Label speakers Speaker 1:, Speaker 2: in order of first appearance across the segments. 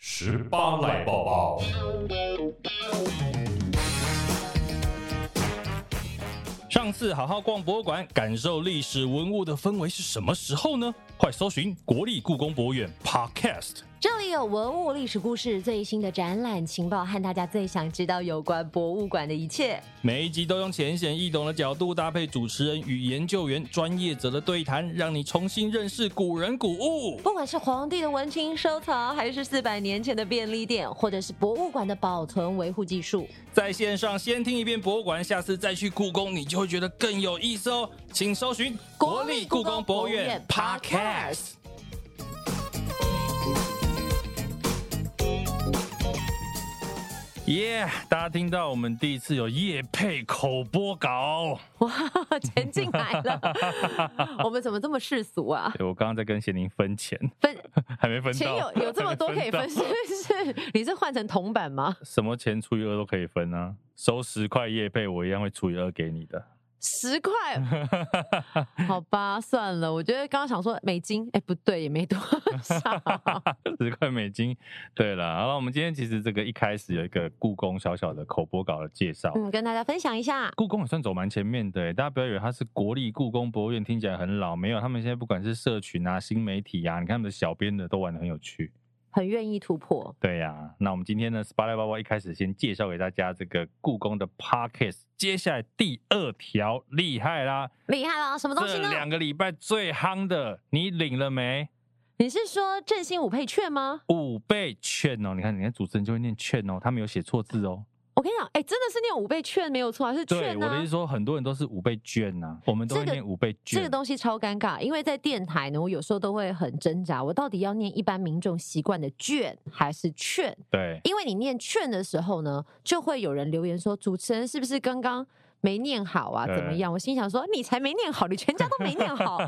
Speaker 1: 十八来抱抱。
Speaker 2: 上次好好逛博物馆，感受历史文物的氛围是什么时候呢？快搜寻国立故宫博物院 Podcast。
Speaker 3: 这里有文物、历史故事、最新的展览情报和大家最想知道有关博物馆的一切。
Speaker 2: 每一集都用浅显易懂的角度，搭配主持人与研究员、专业者的对谈，让你重新认识古人古物。
Speaker 3: 不管是皇帝的文青收藏，还是四百年前的便利店，或者是博物馆的保存维护技术，
Speaker 2: 在线上先听一遍博物馆，下次再去故宫，你就会觉得更有意思哦。请搜寻国立故宫博物院 Podcast。耶大家听到我们第一次有夜配口播稿。
Speaker 3: 哇，钱进来了！我们怎么这么世俗啊？
Speaker 2: 哎对我刚刚在跟贤玲分钱，
Speaker 3: 分
Speaker 2: 还没分
Speaker 3: 钱
Speaker 2: 到，
Speaker 3: 有有这么多可以
Speaker 2: 还
Speaker 3: 分，
Speaker 2: 没
Speaker 3: 是
Speaker 2: 到
Speaker 3: 不是？你是换成铜板吗？
Speaker 2: 什么钱除以二都可以分啊。收十块夜配，我一样会除以二给你的。
Speaker 3: 十块？好吧，算了。我觉得刚刚想说美金，哎，不对，也没多 少。
Speaker 2: 十块美金。对了，好了，我们今天其实这个一开始有一个故宫小小的口播稿的介绍。
Speaker 3: 嗯，跟大家分享一下。
Speaker 2: 故宫也算走蛮前面的耶，欸大家不要以为它是国立故宫博物院，听起来很老，没有，他们现在不管是社群啊、新媒体啊，你看他们的小编的都玩的很有趣。
Speaker 3: 很愿意突破。
Speaker 2: 对呀、那我们今天呢，Spotlight 包包一开始先介绍给大家这个故宫的 Pockets，接下来第二条厉害啦，
Speaker 3: 厉害了，什么东西
Speaker 2: 这
Speaker 3: 呢？
Speaker 2: 两个礼拜最夯的，你领了没？
Speaker 3: 你是说振兴五配券吗？
Speaker 2: 五倍券哦，你看，你看主持人就会念券哦，他没有写错字哦。
Speaker 3: 我跟你讲，哎、真的是念五倍券没有错啊，是
Speaker 2: 对，
Speaker 3: 券
Speaker 2: 我的
Speaker 3: 啊
Speaker 2: 意思。说，很多人都是五倍券呐、我们都会
Speaker 3: 这个
Speaker 2: 念五倍券。
Speaker 3: 这个东西超尴尬，因为在电台呢，我有时候都会很挣扎，我到底要念一般民众习惯的券还是券？
Speaker 2: 对，
Speaker 3: 因为你念券的时候呢，就会有人留言说，主持人是不是刚刚没念好啊？
Speaker 2: 对
Speaker 3: 怎么样？我心想说，你才没念好，你全家都没念 好。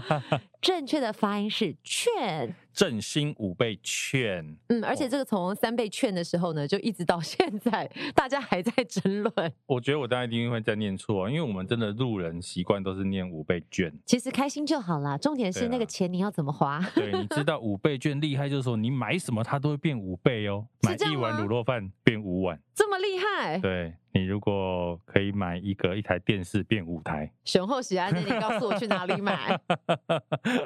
Speaker 3: 正确的发音是券，
Speaker 2: 振兴五倍券。
Speaker 3: 嗯，而且这个从三倍券的时候呢，就一直到现在，大家还在争论。
Speaker 2: 我觉得我当然一定会再念错、啊，因为我们真的路人习惯都是念五倍券。
Speaker 3: 其实开心就好啦，重点
Speaker 2: 对
Speaker 3: 是
Speaker 2: 啊
Speaker 3: 那个钱你要怎么花。
Speaker 2: 对，你知道五倍券厉害，就是说你买什么它都会变五倍哦。
Speaker 3: 是
Speaker 2: 买
Speaker 3: 这样
Speaker 2: 一碗
Speaker 3: 吗
Speaker 2: 卤肉饭变五碗，
Speaker 3: 这么厉害，
Speaker 2: 对你如果可以买一个一台电视变五台。
Speaker 3: 选后喜安的，你告诉我去哪里
Speaker 2: 啊
Speaker 3: 买？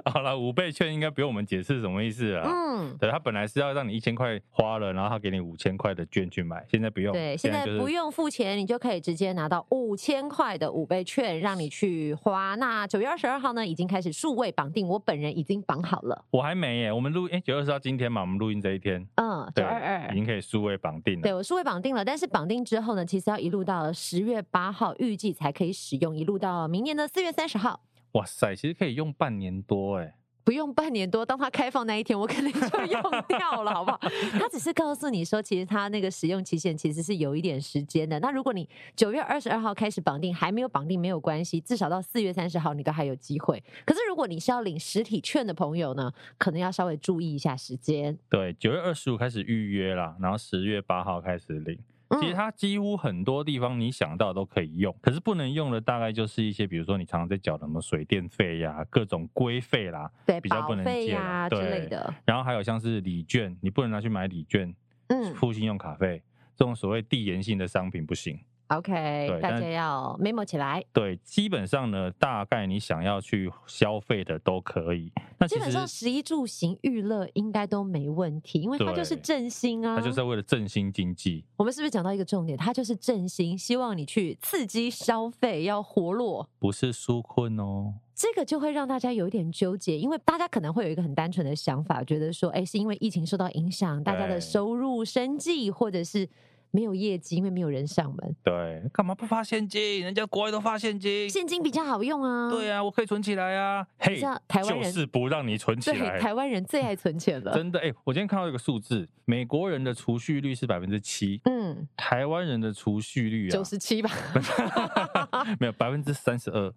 Speaker 2: 好了，五倍券应该不用我们解释什么意思啊。
Speaker 3: 嗯，
Speaker 2: 对，他本来是要让你一千块花了，然后他给你五千块的券去买，现在不用。
Speaker 3: 对，现在
Speaker 2: 就是
Speaker 3: 不用付钱，你就可以直接拿到五千块的五倍券，让你去花。那九月二十二号呢，已经开始数位绑定，我本人已经绑好了。
Speaker 2: 我还没耶，我们录哎九月二十号今天嘛，我们录音这一天，
Speaker 3: 嗯，九
Speaker 2: 对
Speaker 3: 二
Speaker 2: 已
Speaker 3: 二。
Speaker 2: 经可以数位绑定
Speaker 3: 对，
Speaker 2: 了。
Speaker 3: 我数位绑定了，但是绑定之后呢，其实要一路到十月八号，预计才可以使用，一路到明年的四月三十号，
Speaker 2: 哇塞，其实可以用半年多哎。
Speaker 3: 不用半年多，当它开放那一天，我可能就用掉了，好不 好？它只是告诉你说，其实它那个使用期限其实是有一点时间的。那如果你九月二十二号开始绑定，还没有绑定没有关系，至少到四月三十号你都还有机会。可是如果你是要领实体券的朋友呢，可能要稍微注意一下时间。
Speaker 2: 对，九月二十五开始预约啦，然后十月八号开始领。其实
Speaker 3: 嗯，
Speaker 2: 它几乎很多地方你想到都可以用，可是不能用的大概就是一些，比如说你常常在缴的什么水电费呀、各种规费啦，
Speaker 3: 对，
Speaker 2: 比较
Speaker 3: 保
Speaker 2: 不能
Speaker 3: 费
Speaker 2: 借
Speaker 3: 呀、
Speaker 2: 啦
Speaker 3: 之
Speaker 2: 对
Speaker 3: 类的，
Speaker 2: 然后还有像是礼券，你不能拿去买礼券、
Speaker 3: 嗯
Speaker 2: 付信用卡费这种所谓递延性的商品不行。
Speaker 3: ，OK，
Speaker 2: 对
Speaker 3: 大
Speaker 2: 但
Speaker 3: 家要 memo 起来。
Speaker 2: 对，基本上呢，大概你想要去消费的都可以。那
Speaker 3: 基
Speaker 2: 其
Speaker 3: 本
Speaker 2: 实
Speaker 3: 上十一住行娱乐应该都没问题，因为它就是
Speaker 2: 对
Speaker 3: 振兴啊，
Speaker 2: 它就是为了振兴经济。
Speaker 3: 我们是不是讲到一个重点？它就是振兴，希望你去刺激消费，要活络。
Speaker 2: 不是纾困哦，
Speaker 3: 这个就会让大家有一点纠结，因为大家可能会有一个很单纯的想法，觉得说，哎，是因为疫情受到影响，大家的
Speaker 2: 对
Speaker 3: 收入、生计，或者是没有业绩，因为没有人上门，
Speaker 2: 对，干嘛不发现金？人家国外都发现金，
Speaker 3: 现金比较好用啊。
Speaker 2: 对啊，我可以存起来啊。
Speaker 3: 你
Speaker 2: 嘿
Speaker 3: 知道台湾
Speaker 2: 就
Speaker 3: 人
Speaker 2: 是不让你存起
Speaker 3: 对，台
Speaker 2: 来，
Speaker 3: 湾人最爱存钱 了。
Speaker 2: 真的哎、我今天看到一个数字，美国人的储蓄率是百分之七，
Speaker 3: 嗯，
Speaker 2: 台湾人的储蓄率啊
Speaker 3: 九，十七吧，
Speaker 2: 没有百分之三十二，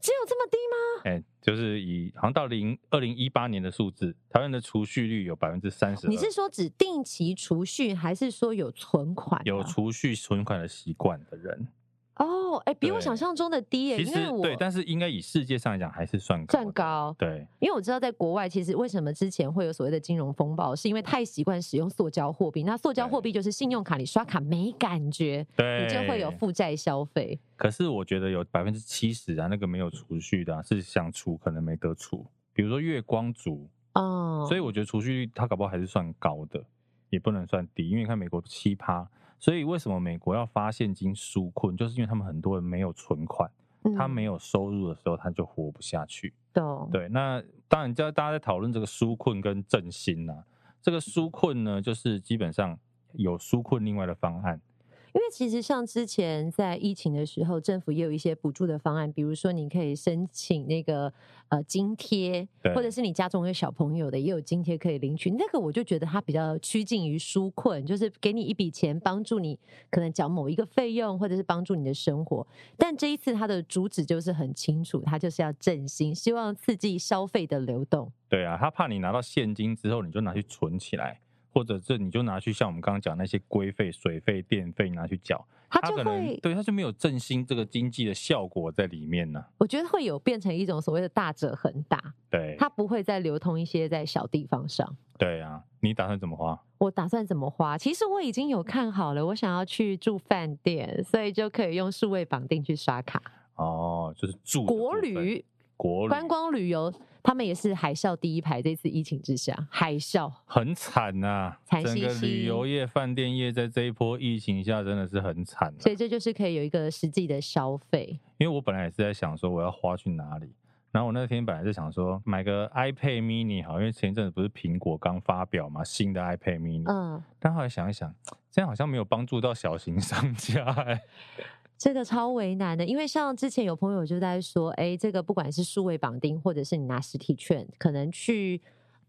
Speaker 3: 只有这么低吗？
Speaker 2: 哎，就是以好像到零二零一八年的数字，台湾人的储蓄率有百分之三十二，
Speaker 3: 哦你是说只定期储蓄，还是说有存款啊、
Speaker 2: 有储蓄存款的习惯的人，
Speaker 3: 哦，哎，比我
Speaker 2: 对
Speaker 3: 想象中的低耶、
Speaker 2: 其
Speaker 3: 因
Speaker 2: 实
Speaker 3: 为我
Speaker 2: 对，但是应该以世界上来讲还是算高的
Speaker 3: 算。高，
Speaker 2: 对，
Speaker 3: 因为我知道在国外，其实为什么之前会有所谓的金融风暴，是因为太习惯使用塑胶货币。那塑胶货币就是信用卡，你刷卡没感觉，
Speaker 2: 对，
Speaker 3: 你就会有负债消费。
Speaker 2: 可是我觉得有百分之七十啊，那个没有储蓄的、啊，是想储可能没得储。比如说月光族，
Speaker 3: 哦，
Speaker 2: 所以我觉得储蓄率它搞不好还是算高的，也不能算低，因为你看美国七趴，所以为什么美国要发现金纾困，就是因为他们很多人没有存款，
Speaker 3: 以
Speaker 2: 他没有收入的时候他就活不下去。
Speaker 3: 嗯懂，
Speaker 2: 对，那当然在大家在讨论这个纾困跟振兴啊，这个纾困呢，就是基本上有纾困另外的方案，
Speaker 3: 因为其实像之前在疫情的时候，政府也有一些补助的方案，比如说你可以申请那个呃津贴，
Speaker 2: 对
Speaker 3: 或者是你家中有小朋友的也有津贴可以领取。那个我就觉得它比较趋近于纾困，就是给你一笔钱帮助你可能缴某一个费用，或者是帮助你的生活。但这一次它的主旨就是很清楚，它就是要振兴，希望刺激消费的流动。
Speaker 2: 对啊，他怕你拿到现金之后，你就拿去存起来，或者是你就拿去像我们刚刚讲那些规费、水费、电费拿去缴，
Speaker 3: 它就
Speaker 2: 可能
Speaker 3: 会，
Speaker 2: 对他就没有振兴这个经济的效果在里面呢、
Speaker 3: 我觉得会有变成一种所谓的大者恒大，
Speaker 2: 对，
Speaker 3: 它不会再流通一些在小地方上。
Speaker 2: 对啊，你打算怎么花？
Speaker 3: 我打算怎么花？其实我已经有看好了，我想要去住饭店，所以就可以用数位绑定去刷卡。
Speaker 2: 哦，就是住的部
Speaker 3: 国
Speaker 2: 分、
Speaker 3: 旅、
Speaker 2: 国旅
Speaker 3: 观光旅游，他们也是海啸第一排。这次疫情之下，海啸
Speaker 2: 很惨呐、
Speaker 3: 惨
Speaker 2: 整
Speaker 3: 兮
Speaker 2: 个旅
Speaker 3: 兮
Speaker 2: 游业、饭店业在这一波疫情下真的是很惨、啊。
Speaker 3: 所以这就是可以有一个实际的消费。
Speaker 2: 因为我本来也是在想说我要花去哪里，然后我那天本来是想说买个 iPad mini 好，因为前一阵子不是苹果刚发表嘛，新的 iPad mini，、
Speaker 3: 嗯，
Speaker 2: 但后来想一想，这样好像没有帮助到小型商家、 欸，
Speaker 3: 这个超为难的，因为像之前有朋友就在说，哎，这个不管是数位绑定，或者是你拿实体券，可能去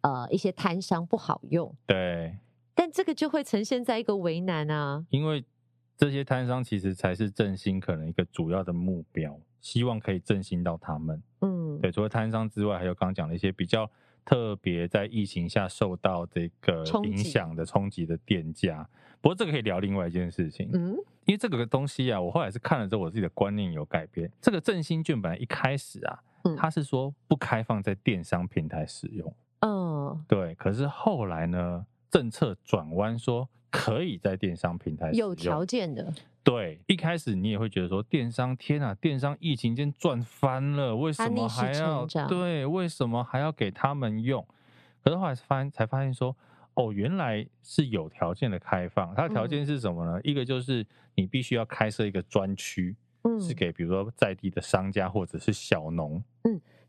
Speaker 3: 呃一些摊商不好用，
Speaker 2: 对，
Speaker 3: 但这个就会呈现在一个为难啊。
Speaker 2: 因为这些摊商其实才是振兴可能一个主要的目标，希望可以振兴到他们。
Speaker 3: 嗯，
Speaker 2: 对，除了摊商之外，还有刚刚讲的一些比较特别在疫情下受到这个
Speaker 3: 冲击
Speaker 2: 影响的冲击的店家。不过这个可以聊另外一件事情，
Speaker 3: 嗯，
Speaker 2: 因为这个东西啊，我后来是看了之后，我自己的观念有改变。这个振兴券本来一开始啊
Speaker 3: 嗯，
Speaker 2: 它是说不开放在电商平台使用，
Speaker 3: 嗯，
Speaker 2: 对，可是后来呢，政策转弯说可以在电商平台使用
Speaker 3: 有条件的。
Speaker 2: 对，一开始你也会觉得说，电商天啊，电商疫情间赚翻了，为
Speaker 3: 它
Speaker 2: 什么
Speaker 3: 逆势
Speaker 2: 还要
Speaker 3: 成长
Speaker 2: 对？为什么还要给他们用？可是后来发现才发现说，哦，原来是有条件的开放。它的条
Speaker 3: 嗯
Speaker 2: 件是什么呢？一个就是你必须要开设一个专区，
Speaker 3: 嗯，
Speaker 2: 是给比如说在地的商家或者是小农。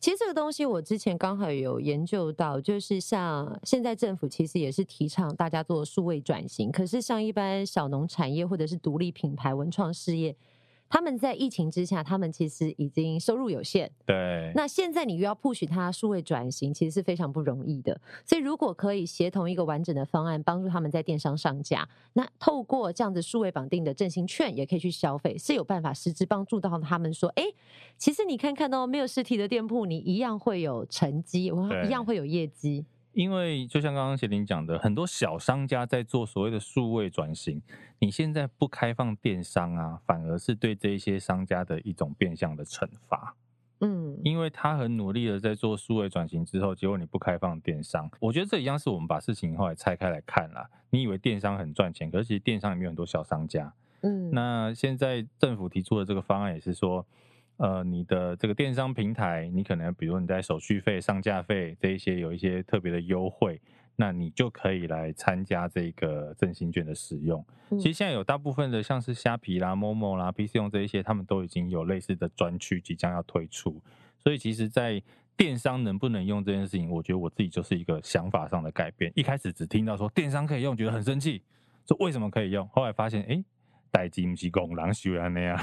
Speaker 3: 其实这个东西我之前刚好有研究到，就是像现在政府其实也是提倡大家做数位转型，可是像一般小农产业或者是独立品牌文创事业，他们在疫情之下，他们其实已经收入有限，
Speaker 2: 对，
Speaker 3: 那现在你又要 push 它数位转型，其实是非常不容易的。所以如果可以协同一个完整的方案，帮助他们在电商上架，那透过这样子数位绑定的振兴券，也可以去消费，是有办法实质帮助到他们说，哎，其实你看看哦，没有实体的店铺，你一样会有成绩，
Speaker 2: 对
Speaker 3: 一样会有业绩。
Speaker 2: 因为就像刚刚贤玲讲的，很多小商家在做所谓的数位转型，你现在不开放电商啊，反而是对这一些商家的一种变相的惩罚。
Speaker 3: 嗯
Speaker 2: 因为他很努力的在做数位转型之后，结果你不开放电商，我觉得这一样是我们把事情后来拆开来看啦。你以为电商很赚钱，可是其实电商里面有很多小商家，
Speaker 3: 嗯，
Speaker 2: 那现在政府提出的这个方案也是说，呃，你的这个电商平台，你可能比如你在手续费、上架费这一些有一些特别的优惠，那你就可以来参加这个振兴券的使用。
Speaker 3: 嗯
Speaker 2: 其实现在有大部分的像是虾皮啦、Momo 啦、PC 用这一些，他们都已经有类似的专区即将要推出，所以其实，在电商能不能用这件事情，我觉得我自己就是一个想法上的改变。一开始只听到说电商可以用，觉得很生气，说为什么可以用？后来发现，哎、代金不是公狼喜欢那样，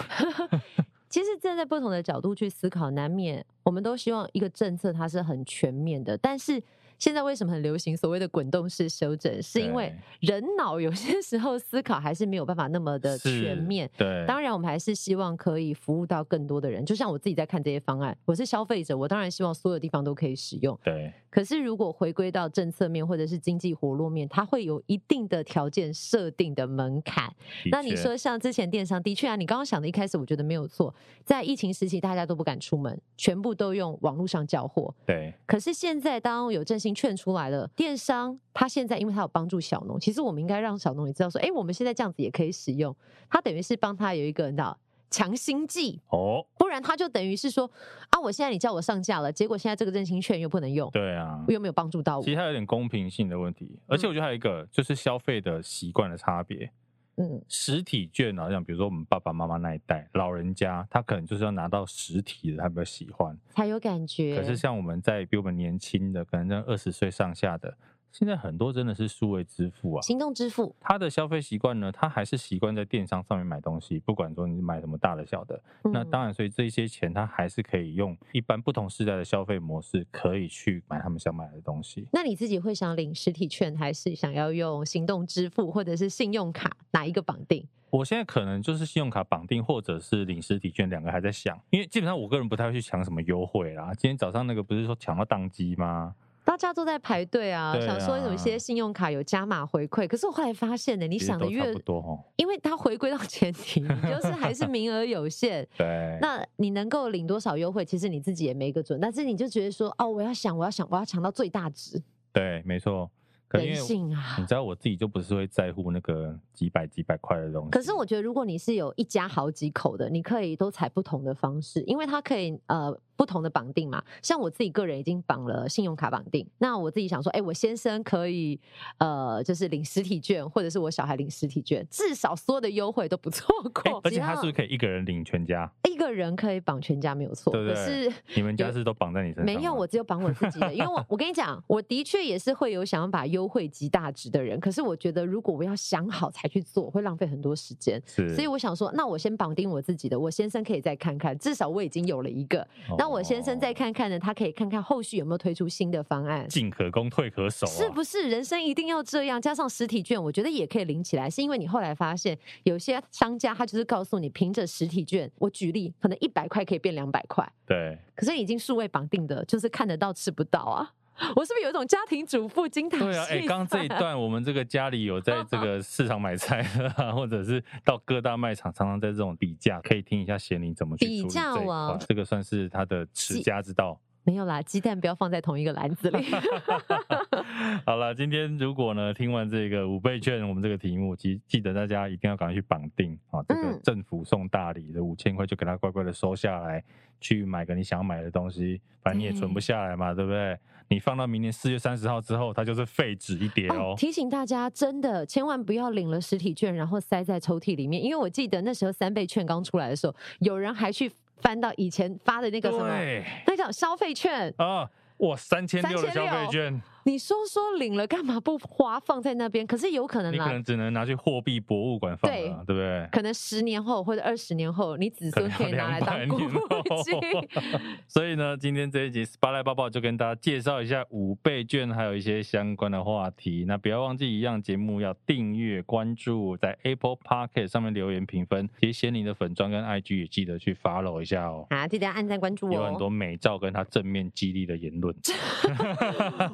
Speaker 3: 其实站在不同的角度去思考，难免我们都希望一个政策它是很全面的，但是现在为什么很流行所谓的滚动式修正，是因 为人脑有些时候思考还是没有办法那么的
Speaker 2: 是
Speaker 3: 全面。
Speaker 2: 对，
Speaker 3: 当然，我们还是希望可以服务到更多的人。就像我自己在看这些方案，我是消费者，我当然希望所有地方都可以使用。
Speaker 2: 对
Speaker 3: 可是，如果回归到政策面或者是经济活络面，它会有一定的条件设定的门槛。
Speaker 2: 的
Speaker 3: 那你
Speaker 2: 确
Speaker 3: 说像之前电商，的确啊，你刚刚想的一开始我觉得没有错，在疫情时期大家都不敢出门，全部都用网络上交货。
Speaker 2: 对
Speaker 3: 可是现在当有振兴券出来了，电商它现在因为它有帮助小农，其实我们应该让小农也知道说，哎、我们现在这样子也可以使用，它等于是帮他有一个你知道强心剂。
Speaker 2: 哦，
Speaker 3: 不然他就等于是说啊，我现在你叫我上架了，结果现在这个振兴券又不能用，
Speaker 2: 对啊，
Speaker 3: 又没有帮嗯助到我
Speaker 2: 其。实它有点公平性的问题，而且我觉得还有一个就是消费的习惯的差别。
Speaker 3: 嗯，
Speaker 2: 实体券好像比如说我们爸爸妈妈那一代老人家，他可能就是要拿到实体的，他比较喜欢。
Speaker 3: 才有感觉。
Speaker 2: 可是像我们在比我们年轻的，可能在二十岁上下的，现在很多真的是数位支付啊。
Speaker 3: 行动支付，
Speaker 2: 他的消费习惯呢，他还是习惯在电商上面买东西，不管说你买什么大的小的。那
Speaker 3: 嗯
Speaker 2: 当然，所以这些钱他还是可以用一般不同时代的消费模式，可以去买他们想买的东西。
Speaker 3: 那你自己会想领实体券，还是想要用行动支付或者是信用卡哪一个绑定？
Speaker 2: 我现在可能就是信用卡绑定，或者是领实体券，两个还在想，因为基本上我个人不太会去抢什么优惠啦。今天早上那个不是说抢到宕机吗？
Speaker 3: 大家都在排队啊，
Speaker 2: 对啊
Speaker 3: 想说有一些信用卡有加码回馈，可是我后来发现呢、你
Speaker 2: 其实
Speaker 3: 想的
Speaker 2: 都差
Speaker 3: 越
Speaker 2: 不，多哦。，
Speaker 3: 因为它回归到前提， 你就是还是名额有限
Speaker 2: 对，
Speaker 3: 那你能够领多少优惠，其实你自己也没个准，但是你就觉得说，哦，我要想，我要想，我要抢到最大值，
Speaker 2: 对，没错。可能因
Speaker 3: 人
Speaker 2: 为
Speaker 3: 性啊
Speaker 2: 你。知道我自己就不是会在乎那个几百几百块的东西。
Speaker 3: 可是我觉得，如果你是有一家好几口的，你可以都采不同的方式，因为它可以呃不同的绑定嘛。像我自己个人已经绑了信用卡绑定，那我自己想说，哎、我先生可以呃就是领实体券，或者是我小孩领实体券，至少所有的优惠都哦不错
Speaker 2: 诶，
Speaker 3: 过。
Speaker 2: 而且他是不是
Speaker 3: 只
Speaker 2: 可以一个人领全家？
Speaker 3: 要一个人可以绑全家没有错，
Speaker 2: 对不
Speaker 3: 可
Speaker 2: 对
Speaker 3: 是。
Speaker 2: 你们家是都绑在你身上吗？
Speaker 3: 没有，我只有绑我自己的，因为我我跟你讲，我的确也是会有想要把优惠极大值的人，可是我觉得如果我要想好才去做，会浪费很多时间。
Speaker 2: 是，
Speaker 3: 所以我想说，那我先绑定我自己的，我先生可以再看看，至少我已经有了一个。那我先生再
Speaker 2: 哦
Speaker 3: 看看呢，他可以看看后续有没有推出新的方案。
Speaker 2: 进可攻退可守、啊，
Speaker 3: 是不是人生一定要这样？加上实体券，我觉得也可以领起来，是因为你后来发现有些商家他就是告诉你，凭着实体券，我举例，可能一百块可以变两百块，
Speaker 2: 对，
Speaker 3: 可是已经数位绑定的，就是看得到吃不到啊。 我是不是有一种家庭主妇精打细
Speaker 2: 对啊，哎、刚刚这一
Speaker 3: 算
Speaker 2: 段我们这个家里有在这 个市场买菜的啊， 或者是到各大卖场，常常在这种比价，可以听一下贤玲怎么去
Speaker 3: 比
Speaker 2: 处理
Speaker 3: 价
Speaker 2: 这一
Speaker 3: 王
Speaker 2: 块这个算是他的持
Speaker 3: 鸡
Speaker 2: 家之道。
Speaker 3: 没有啦，鸡蛋不要放在同一个篮 子里。
Speaker 2: 好了，今天如果呢听完这个五倍券，我们这个题目，记记得大家一定要赶快去绑定啊，这个
Speaker 3: 嗯
Speaker 2: 政府送大礼的五千块就给他乖乖的收下来，去买个你想买的东西，反正你也存不下来嘛，对不对？你放到明年四月三十号之后，它就是废纸一叠 哦。
Speaker 3: 提醒大家，真的千万不要领了实体券，然后塞在抽屉里面，因为我记得那时候三倍券刚出来的时候，有人还去翻到以前发的那个什么，
Speaker 2: 对
Speaker 3: 那叫消费券。
Speaker 2: 啊，哇，三千六的消费券，
Speaker 3: 你说说领了干嘛不花放在那边？可是有可能
Speaker 2: 你可
Speaker 3: 啦
Speaker 2: 能，只能拿去货币博物馆放了啊，对不对？
Speaker 3: 可能十年后或者二十年后，你子孙可以拿来当
Speaker 2: 可
Speaker 3: 估
Speaker 2: 能要200
Speaker 3: 计。
Speaker 2: 年后所以呢，今天这一集 Spotlight 抱抱就跟大家介绍一下五倍券，还有一些相关的话题。那不要忘记，一样节目要订阅、关注，在 Apple p o c k e t 上面留言评分。其实仙灵的粉砖跟 IG 也记得去 follow 一下哦。
Speaker 3: 啊，记得按赞关注哦
Speaker 2: 有很
Speaker 3: 我
Speaker 2: 多。美照跟他正面激励的言论，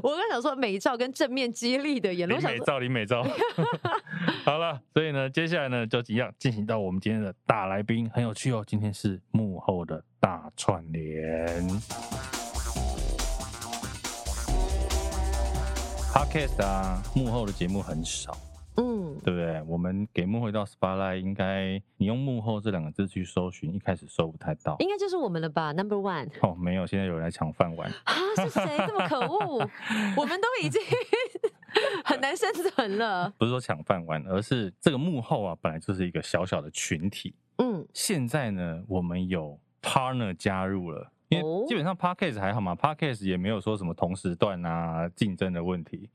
Speaker 3: 我刚想说美照跟正面激励的言
Speaker 2: 林
Speaker 3: 论，我想
Speaker 2: 哎美
Speaker 3: 说
Speaker 2: 照，林美照。 好了，所以呢，接下来呢，就一样进行到我们今天的大来宾，很有趣哦。今天是幕后的大串联。Podcast 啊，幕后的节目很少，
Speaker 3: 嗯，
Speaker 2: 对不对？我们给幕后一道 spotlight，应该你用幕后这两个字去搜寻，一开始搜不太到。
Speaker 3: 应该就是我们了吧，Number One
Speaker 2: 哦，没有，现在有人来抢饭碗。
Speaker 3: 啊，是谁这么可 恶？我们都 已经很难生存了。
Speaker 2: 不是说抢饭碗，而是这个幕后啊，本来就是一个小小的群体，
Speaker 3: 嗯，
Speaker 2: 现在呢，我们有 partner 加入了，因
Speaker 3: 哦
Speaker 2: 为基本上 podcast 还好嘛，podcast 也没有说什么同时段啊竞争的问题，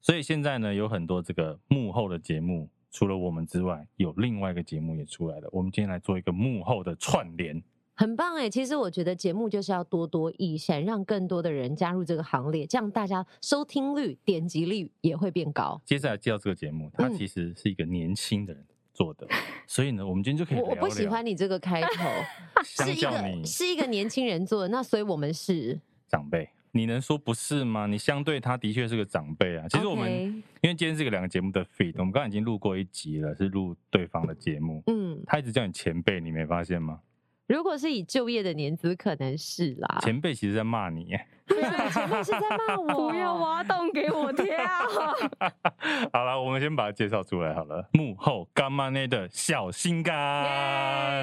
Speaker 2: 所以现在呢，有很多这个幕后的节目，除了我们之外，有另外一个节目也出来了。我们今天来做一个幕后的串联，
Speaker 3: 很棒哎！其实我觉得节目就是要多多益善，让更多的人加入这个行列，这样大家收听率、点击率也会变高。
Speaker 2: 接下来介绍这个节目，它
Speaker 3: 嗯
Speaker 2: 其实是一个年轻的人做的，所以呢，我们今天就可以
Speaker 3: 我我
Speaker 2: 聊
Speaker 3: 不喜
Speaker 2: 聊
Speaker 3: 欢你这啊个开头，
Speaker 2: 相
Speaker 3: 是一
Speaker 2: 较你
Speaker 3: 个是一个年轻人做的，那所以我们是
Speaker 2: 长辈，你能说不是吗？你相对他的确是个长辈啊。其实我们
Speaker 3: OK
Speaker 2: 因为今天是个两个节目的 feed，我们刚刚已经录过一集了，是录对方的节目。
Speaker 3: 嗯，
Speaker 2: 他一直叫你前辈，你没发现吗？
Speaker 3: 如果是以就业的年资，可能是啦。
Speaker 2: 前辈其实在骂你 耶。
Speaker 3: 对啊前面是在骂我，
Speaker 4: 不要挖洞给我 跳。
Speaker 2: 好了，我们先把它介绍出来好了。幕后干妈内的小心肝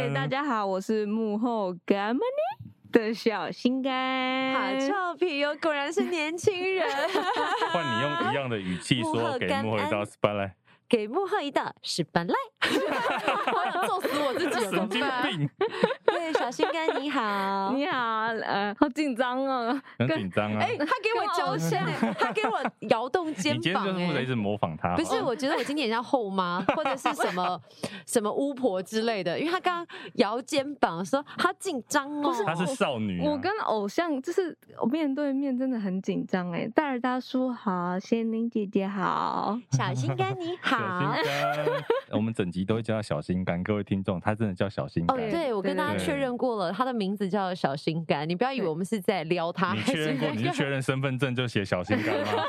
Speaker 4: 耶，大家好，我是幕后干嘛呢的小心肝。
Speaker 3: 好俏皮哟、果然是年轻人。
Speaker 2: 换你用一样的语气
Speaker 3: 幕后
Speaker 2: 说给
Speaker 3: 干哎
Speaker 2: 幕后一道
Speaker 3: 恩
Speaker 2: s p y 来，
Speaker 3: 给幕后一道是本来， 我想揍死我自己了，怎么
Speaker 2: 神经
Speaker 3: 办？
Speaker 2: 病，
Speaker 3: 对，小心肝你好，
Speaker 4: 你好，呃，好紧张 哦。
Speaker 2: 很紧张啊
Speaker 3: 哎、。他给我
Speaker 4: 跟
Speaker 3: 纠
Speaker 4: 我
Speaker 3: 正、欸，他给我摇动
Speaker 2: 你
Speaker 3: 肩
Speaker 2: 今天
Speaker 3: 膀、
Speaker 2: 就是负责
Speaker 3: 欸，
Speaker 2: 一直啊模仿他好了，
Speaker 3: 不是，我觉得我今天也像 后妈或者是什么什么巫婆之类的，因为他刚刚摇肩膀说好紧张哦，
Speaker 4: 不是
Speaker 2: 她是少女啊。
Speaker 4: 我跟偶像就是我面对面真的很紧张哎，戴尔大叔好，仙灵姐姐好，
Speaker 3: 小心肝你
Speaker 2: 小心
Speaker 3: 好。
Speaker 2: 肝， 我们整集都会叫他小心肝，各位听众，他真的叫小心
Speaker 3: 哦，
Speaker 2: 肝。
Speaker 3: 对，我跟大家
Speaker 2: 对
Speaker 3: 确认过了，他的名字叫小心肝，你不要以为我们是在撩他，
Speaker 2: 你确认过
Speaker 3: 还
Speaker 2: 你
Speaker 3: 是在
Speaker 2: 是确认身份证就写小心肝吗？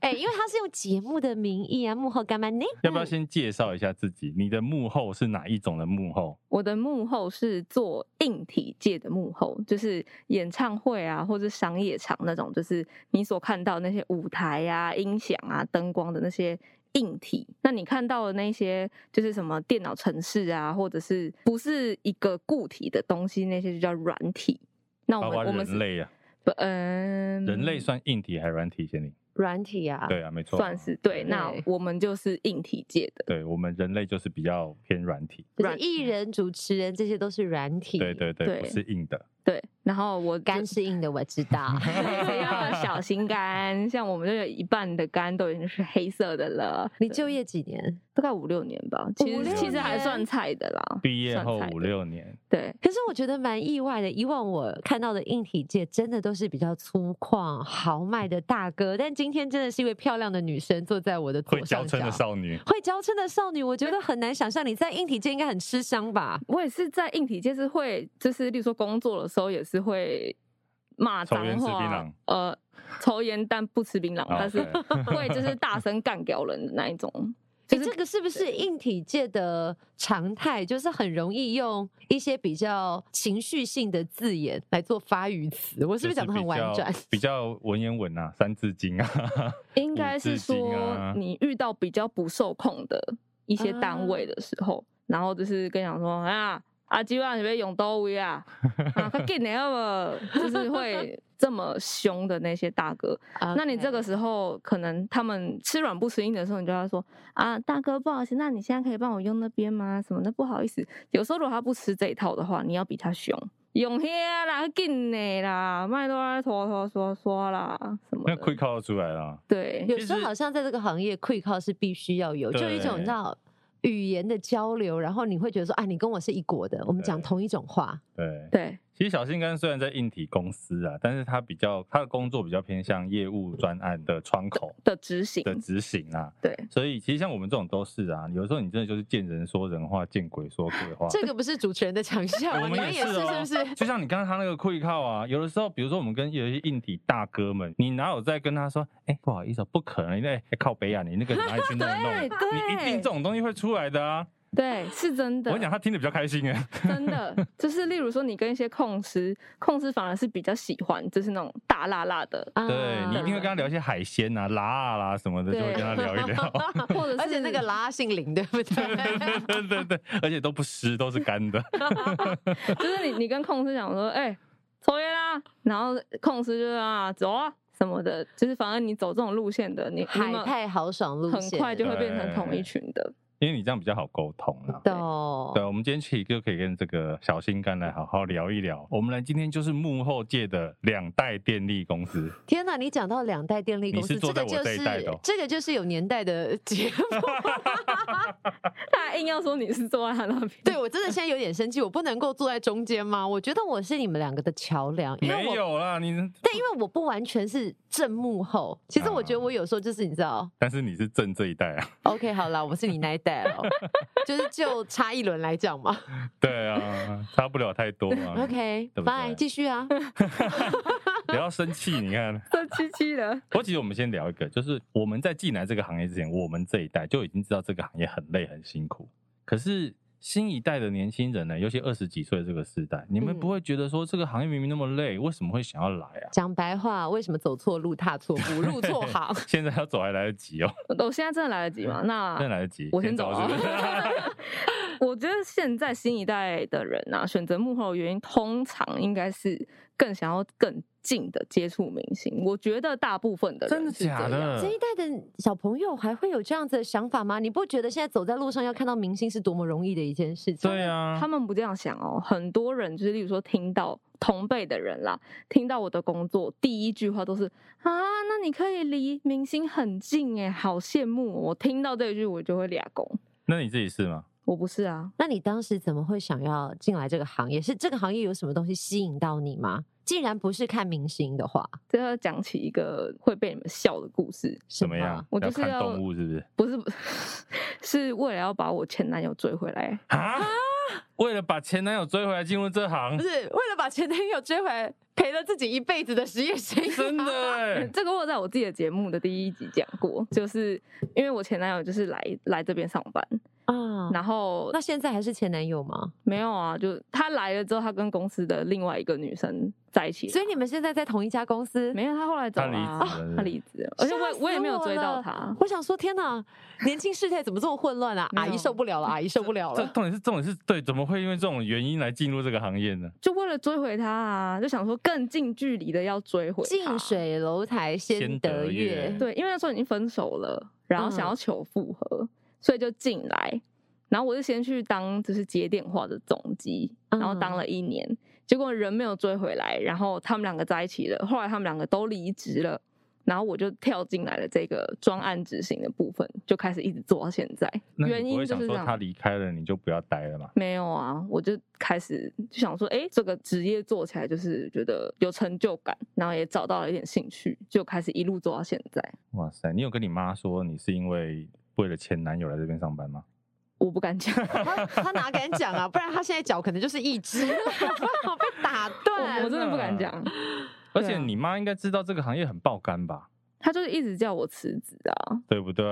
Speaker 3: 哎、因为他是用节目的名义啊，幕后干嘛呢？
Speaker 2: 要不要先介绍一下自己？你的幕后是哪一种的幕后？
Speaker 4: 我的幕后是做硬体界的幕后，就是演唱会啊，或者商业场那种，就是你所看到那些舞台啊、音响啊、灯光的那些硬体。那你看到的那些，就是什么电脑程式啊，或者是不是一个固体的东西，那些就叫软体。那我
Speaker 2: 包
Speaker 4: 们
Speaker 2: 括
Speaker 4: 我们是
Speaker 2: 人类啊，
Speaker 4: 不嗯，
Speaker 2: 人类算硬体还是软体？先你
Speaker 3: 软体啊，
Speaker 2: 对啊，没错，
Speaker 4: 算是对。那
Speaker 3: 对
Speaker 4: 我们就是硬体界的，
Speaker 2: 对我们人类就是比较偏软体，
Speaker 3: 就是
Speaker 4: 软
Speaker 3: 艺人、主持人这些都是软体。
Speaker 2: 对对对，
Speaker 4: 对
Speaker 2: 不是硬的。
Speaker 4: 对。然后我就
Speaker 3: 肝是硬的，我 知道。
Speaker 4: 对，所以要小心肝。像我们这有一半的肝都已经是黑色的了，
Speaker 3: 你就业几年？
Speaker 4: 大概五六年吧，其
Speaker 3: 五
Speaker 4: 实
Speaker 3: 六
Speaker 4: 其实还
Speaker 3: 年
Speaker 4: 算菜的啦。
Speaker 2: 毕业后
Speaker 4: 算菜
Speaker 2: 五
Speaker 4: 的
Speaker 2: 六年，
Speaker 4: 对，
Speaker 3: 可是我觉得蛮意外的，以往我看到的硬体界真的都是比较粗犷、豪迈的大哥，但今天真的是一位漂亮的女生坐在我的
Speaker 2: 会
Speaker 3: 左
Speaker 2: 娇
Speaker 3: 上
Speaker 2: 嗔
Speaker 3: 角
Speaker 2: 的。少女。
Speaker 3: 会娇嗔的少女，我觉得很难想象你在硬体界应该很吃香吧？
Speaker 4: 我也是在硬体界是会，就是例如说工作的时候也是会骂
Speaker 2: 抽
Speaker 4: 脏
Speaker 2: 烟吃
Speaker 4: 话，
Speaker 2: 槟榔
Speaker 4: 呃，抽烟但不吃槟榔，
Speaker 2: 哦
Speaker 4: 但是
Speaker 2: OK
Speaker 4: 会就是大声干掉人的那一种。
Speaker 3: 哎、
Speaker 4: 就是
Speaker 3: 这个是不是硬体界的常态？就是很容易用一些比较情绪性的字眼来做发语词。我是不是讲的很婉转？
Speaker 2: 就是比较比较文言文啊，《三字经》啊，
Speaker 4: 应该是
Speaker 2: 五字经
Speaker 4: 说
Speaker 2: 啊
Speaker 4: 你遇到比较不受控的一些单位的时候，然后就是跟你讲说啊，阿基万你别用多威啊，啊，快给你了，就是会这么凶的那些大哥。那你这个
Speaker 3: OK
Speaker 4: 时候可能他们吃软不吃硬的时候，你就要说啊，大哥不好意思，那你现在可以帮我用那边吗？什么的不好意思。有时候如果他不吃这一套的话，你要比他凶。用黑啦，紧的啦，麦多拉拖拖刷刷啦，什么
Speaker 2: 那
Speaker 4: 的。
Speaker 2: quick call 出来了。
Speaker 4: 对，
Speaker 3: 有时候
Speaker 2: 其实
Speaker 3: 好像在这个行业，quick call 是必须要有，就一种
Speaker 2: 对
Speaker 3: 你知道语言的交流，然后你会觉得说，啊，你跟我是一国的，我们讲
Speaker 2: 对
Speaker 3: 同一种话，
Speaker 2: 对，
Speaker 4: 对，
Speaker 2: 其实小心肝虽然在硬体公司啊，但是他比较他的工作比较偏向业务专案的窗口
Speaker 4: 的执行，
Speaker 2: 的执行啊，
Speaker 4: 对，
Speaker 2: 所以其实像我们这种都是啊，有时候你真的就是见人说人话，见鬼说鬼话。
Speaker 3: 这个不是主持人的强项
Speaker 2: 我
Speaker 3: 吗，你
Speaker 2: 们
Speaker 3: 们
Speaker 2: 是
Speaker 3: 是
Speaker 2: 哦，
Speaker 3: 是不是？
Speaker 2: 就像你刚刚他那个酷靠啊，有的时候，比如说我们跟有一些硬体大哥们，你哪有在跟他说，哎、不好意思、哦，不可能，那、哎靠北啊，你那个哪里去弄一弄
Speaker 4: 对，对
Speaker 2: 你一定这种东西会出来的啊。
Speaker 4: 对，是真
Speaker 2: 我
Speaker 4: 的。
Speaker 2: 跟你讲，他听得比较开心哎，
Speaker 4: 真的，就是例如说，你跟一些控师，控师反而是比较喜欢，就是那种大辣辣的，
Speaker 3: 啊
Speaker 2: 对你一定会跟他聊一些海鲜啊、辣啊啦什么的，就会
Speaker 4: 对
Speaker 2: 跟他聊一聊。
Speaker 4: 或者是
Speaker 3: 而且那个拉姓林，对不对？
Speaker 2: 对对对对，而且都不湿，都是干的。
Speaker 4: 就是你你跟控师讲说，哎、抽烟啦，然后控师就是啊，走啊什么的，就是反而你走这种路线的，你你
Speaker 3: 海
Speaker 4: 们
Speaker 3: 派豪爽路
Speaker 4: 很
Speaker 3: 线，
Speaker 4: 快就会变成同一群的。
Speaker 2: 因为你这样比较好沟通啊啦。
Speaker 3: 懂
Speaker 2: 对，。我们今天其实就可以跟这个小心肝来好好聊一聊。我们来今天就是幕后界的两代电力公司，
Speaker 3: 天哪，你讲到两代电力公
Speaker 2: 你
Speaker 3: 司，
Speaker 2: 是坐
Speaker 3: 这
Speaker 2: 在
Speaker 3: 个
Speaker 2: 我
Speaker 3: 就
Speaker 2: 这一代的
Speaker 3: 是
Speaker 2: 哦
Speaker 3: 这个就是有年代的节目，
Speaker 4: 太在硬要说你是坐在他那边，
Speaker 3: 对我真的现在有点生气，我不能够坐在中间吗？我觉得我是你们两个的桥梁，因为
Speaker 2: 没
Speaker 3: 我
Speaker 2: 有啦，你
Speaker 3: 但因为我不完全是正幕后，其实我觉得
Speaker 2: 嗯
Speaker 3: 我有时候就是你知道、
Speaker 2: 但是你是正这一代啊，
Speaker 3: o k 好啦，我是你那一代了， 就是就差一轮来讲嘛。
Speaker 2: 对啊，差不了太多嘛。
Speaker 3: OK，
Speaker 2: 对不对
Speaker 3: 拜，继续 啊。
Speaker 2: 不要生气，你看。
Speaker 4: 色漆漆的，
Speaker 2: 不过其实我们先聊一个，就是我们在进来这个行业之前，我们这一代就已经知道这个行业很累很辛苦。可是新一代的年轻人呢，尤其二十几岁这个时代，你们
Speaker 3: 嗯
Speaker 2: 不会觉得说这个行业明明那么累，为什么会想要来啊？
Speaker 3: 讲白话，为什么走错路、踏错步、入错行？
Speaker 2: 现在要走还来得及哦，
Speaker 4: 我现在真的来得及吗？那
Speaker 2: 真的来得及。
Speaker 4: 啊我先走
Speaker 2: 是
Speaker 4: 啊
Speaker 2: 不是
Speaker 4: 我觉得现在新一代的人啊，选择幕后的原因，通常应该是更想要更近的接触明星。我觉得大部分的人
Speaker 2: 真的
Speaker 4: 是这
Speaker 2: 假
Speaker 4: 样？
Speaker 2: 的
Speaker 3: 这？一代的小朋友还会有这样子的想法吗？你不觉得现在走在路上要看到明星是多么容易的一件事情？
Speaker 2: 对啊
Speaker 4: 他，们不这样想哦，很多人就是，例如说听到同辈的人啦，听到我的工作，第一句话都是啊，那你可以离明星很近哎，好羡慕哦、我听到这一句，我就会俩拱。
Speaker 2: 那你自己是吗？
Speaker 4: 我不是啊，
Speaker 3: 那你当时怎么会想要进来这个行业？是这个行业有什么东西吸引到你吗？既然不是看明星的话，
Speaker 4: 这要讲起一个会被你们笑的故事。
Speaker 2: 怎么样？
Speaker 4: 我就是
Speaker 2: 要看
Speaker 4: 要
Speaker 2: 动物是不是？
Speaker 4: 不是，不 是是为了要把我前男友追回来。
Speaker 2: 啊？为了把前男友追回来进入这行
Speaker 3: 不，是为了把前男友追回来，赔了自己一辈子的职业生涯。
Speaker 2: 真的欸
Speaker 4: 这个我有在我自己的节目的第一集讲过，就是因为我前男友就是来来这边上班，
Speaker 3: 啊！
Speaker 4: 然后
Speaker 3: 那现在还是前男友吗？
Speaker 4: 没有啊，就他来了之后，他跟公司的另外一个女生在一起，
Speaker 3: 所以你们现在在同一家公司？
Speaker 4: 没有他后来走了啊、
Speaker 2: 他离职了
Speaker 4: 他离职了，而且我
Speaker 3: 吓
Speaker 4: 也
Speaker 3: 死
Speaker 4: 我也没有追到
Speaker 3: 了
Speaker 4: 他。
Speaker 3: 我想说，天哪，年轻世代怎么这么混乱啊？
Speaker 4: 没有
Speaker 3: 阿姨受不了了，阿姨受不了
Speaker 2: 这
Speaker 3: 了。
Speaker 2: 重点是重点是对，怎么会因为这种原因来进入这个行业呢？
Speaker 4: 就为了追回他啊，就想说更近距离的要追回他
Speaker 3: 近。水楼台先
Speaker 2: 先
Speaker 3: 得
Speaker 2: 得
Speaker 3: 月
Speaker 2: 月，
Speaker 4: 对，因为那时候已经分手了，然后想要求复合，所以就进来。然后我就先去当就是接电话的总机，然后当了一年，结果人没有追回来，然后他们两个在一起了，后来他们两个都离职了，然后我就跳进来了这个专案执行的部分，就开始一直做到现在。
Speaker 2: 那
Speaker 4: 原
Speaker 2: 你不
Speaker 4: 因
Speaker 2: 会
Speaker 4: 就
Speaker 2: 想
Speaker 4: 是这
Speaker 2: 说他
Speaker 4: 样，
Speaker 2: 离开了，你就不要待了嘛？
Speaker 4: 没有啊，我就开始就想说，哎，这个职业做起来就是觉得有成就感，然后也找到了一点兴趣，就开始一路做到现在。
Speaker 2: 哇塞，你有跟你妈说你是因为为了前男友来这边上班吗？
Speaker 4: 我不敢讲。
Speaker 3: 他他哪敢讲啊？不然他现在脚可能就是一只， 好被打断。
Speaker 4: 我真的不敢讲。
Speaker 2: 而
Speaker 4: 对啊
Speaker 2: 且你妈应该知道这个行业很爆肝吧，
Speaker 4: 他就是一直叫我辞职啊，
Speaker 2: 对不对？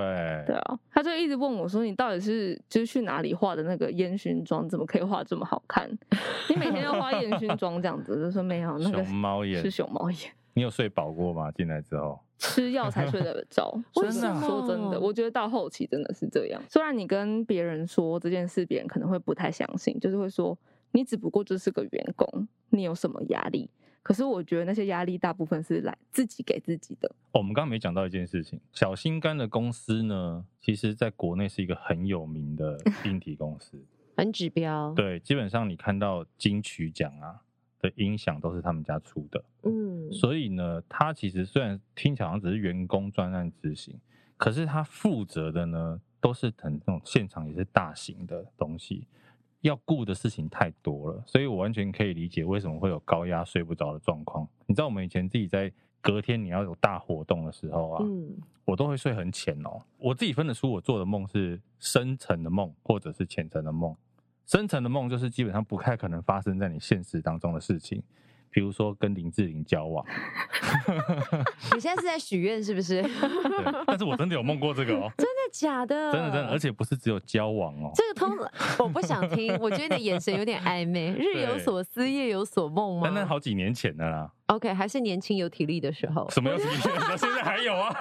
Speaker 4: 对啊，他就一直问我说：“你到底是就是去哪里化的那个烟熏妆，怎么可以化这么好看？ 你每天要化烟熏妆这样子？”就说没有，那个
Speaker 2: 熊猫眼
Speaker 4: 是，熊猫眼，
Speaker 2: 你有睡饱过吗？进来之后，
Speaker 4: 吃药才睡得 着。
Speaker 2: 为什
Speaker 4: 我
Speaker 2: 么
Speaker 4: 说真的，我觉得到后期真的是这样。虽然你跟别人说这件事，别人可能会不太相信，就是会说你只不过就是个员工，你有什么压力？可是我觉得那些压力大部分是来自己给自己的。
Speaker 2: 哦我们刚刚没讲到一件事情，小心肝的公司呢，其实在国内是一个很有名 的硬体公司。
Speaker 3: 很指标。，
Speaker 2: 对，基本上你看到金曲奖啊的音响都是他们家出的。
Speaker 3: 嗯，
Speaker 2: 所以呢，他其实虽然听起来好像只是员工专案执行，可是他负责的呢，都是很那种现场也是大型的东西，要顾的事情太多了，所以我完全可以理解为什么会有高压睡不着的状况。你知道我们以前自己在隔天你要有大活动的时候啊，
Speaker 3: 嗯，
Speaker 2: 我都会睡很浅哦。我自己分得出我做的梦是深层的梦，或者是浅层的梦。深层的梦就是基本上不太可能发生在你现实当中的事情，比如说跟林志玲交往。
Speaker 3: 你现在是在许愿是不是？ 真
Speaker 2: 对，但是我真的有梦过这个哦，
Speaker 3: 的假的？
Speaker 2: 真的真的，而且不是只有交往哦。
Speaker 3: 这个通，我不想听。我觉得你的眼神有点暧昧，日有所思，夜有所梦
Speaker 2: 但那
Speaker 3: 吗
Speaker 2: 好几年前的啦，
Speaker 3: ？OK，还是年轻有体力的时候。
Speaker 2: 什么有几年前的？现在还有 啊？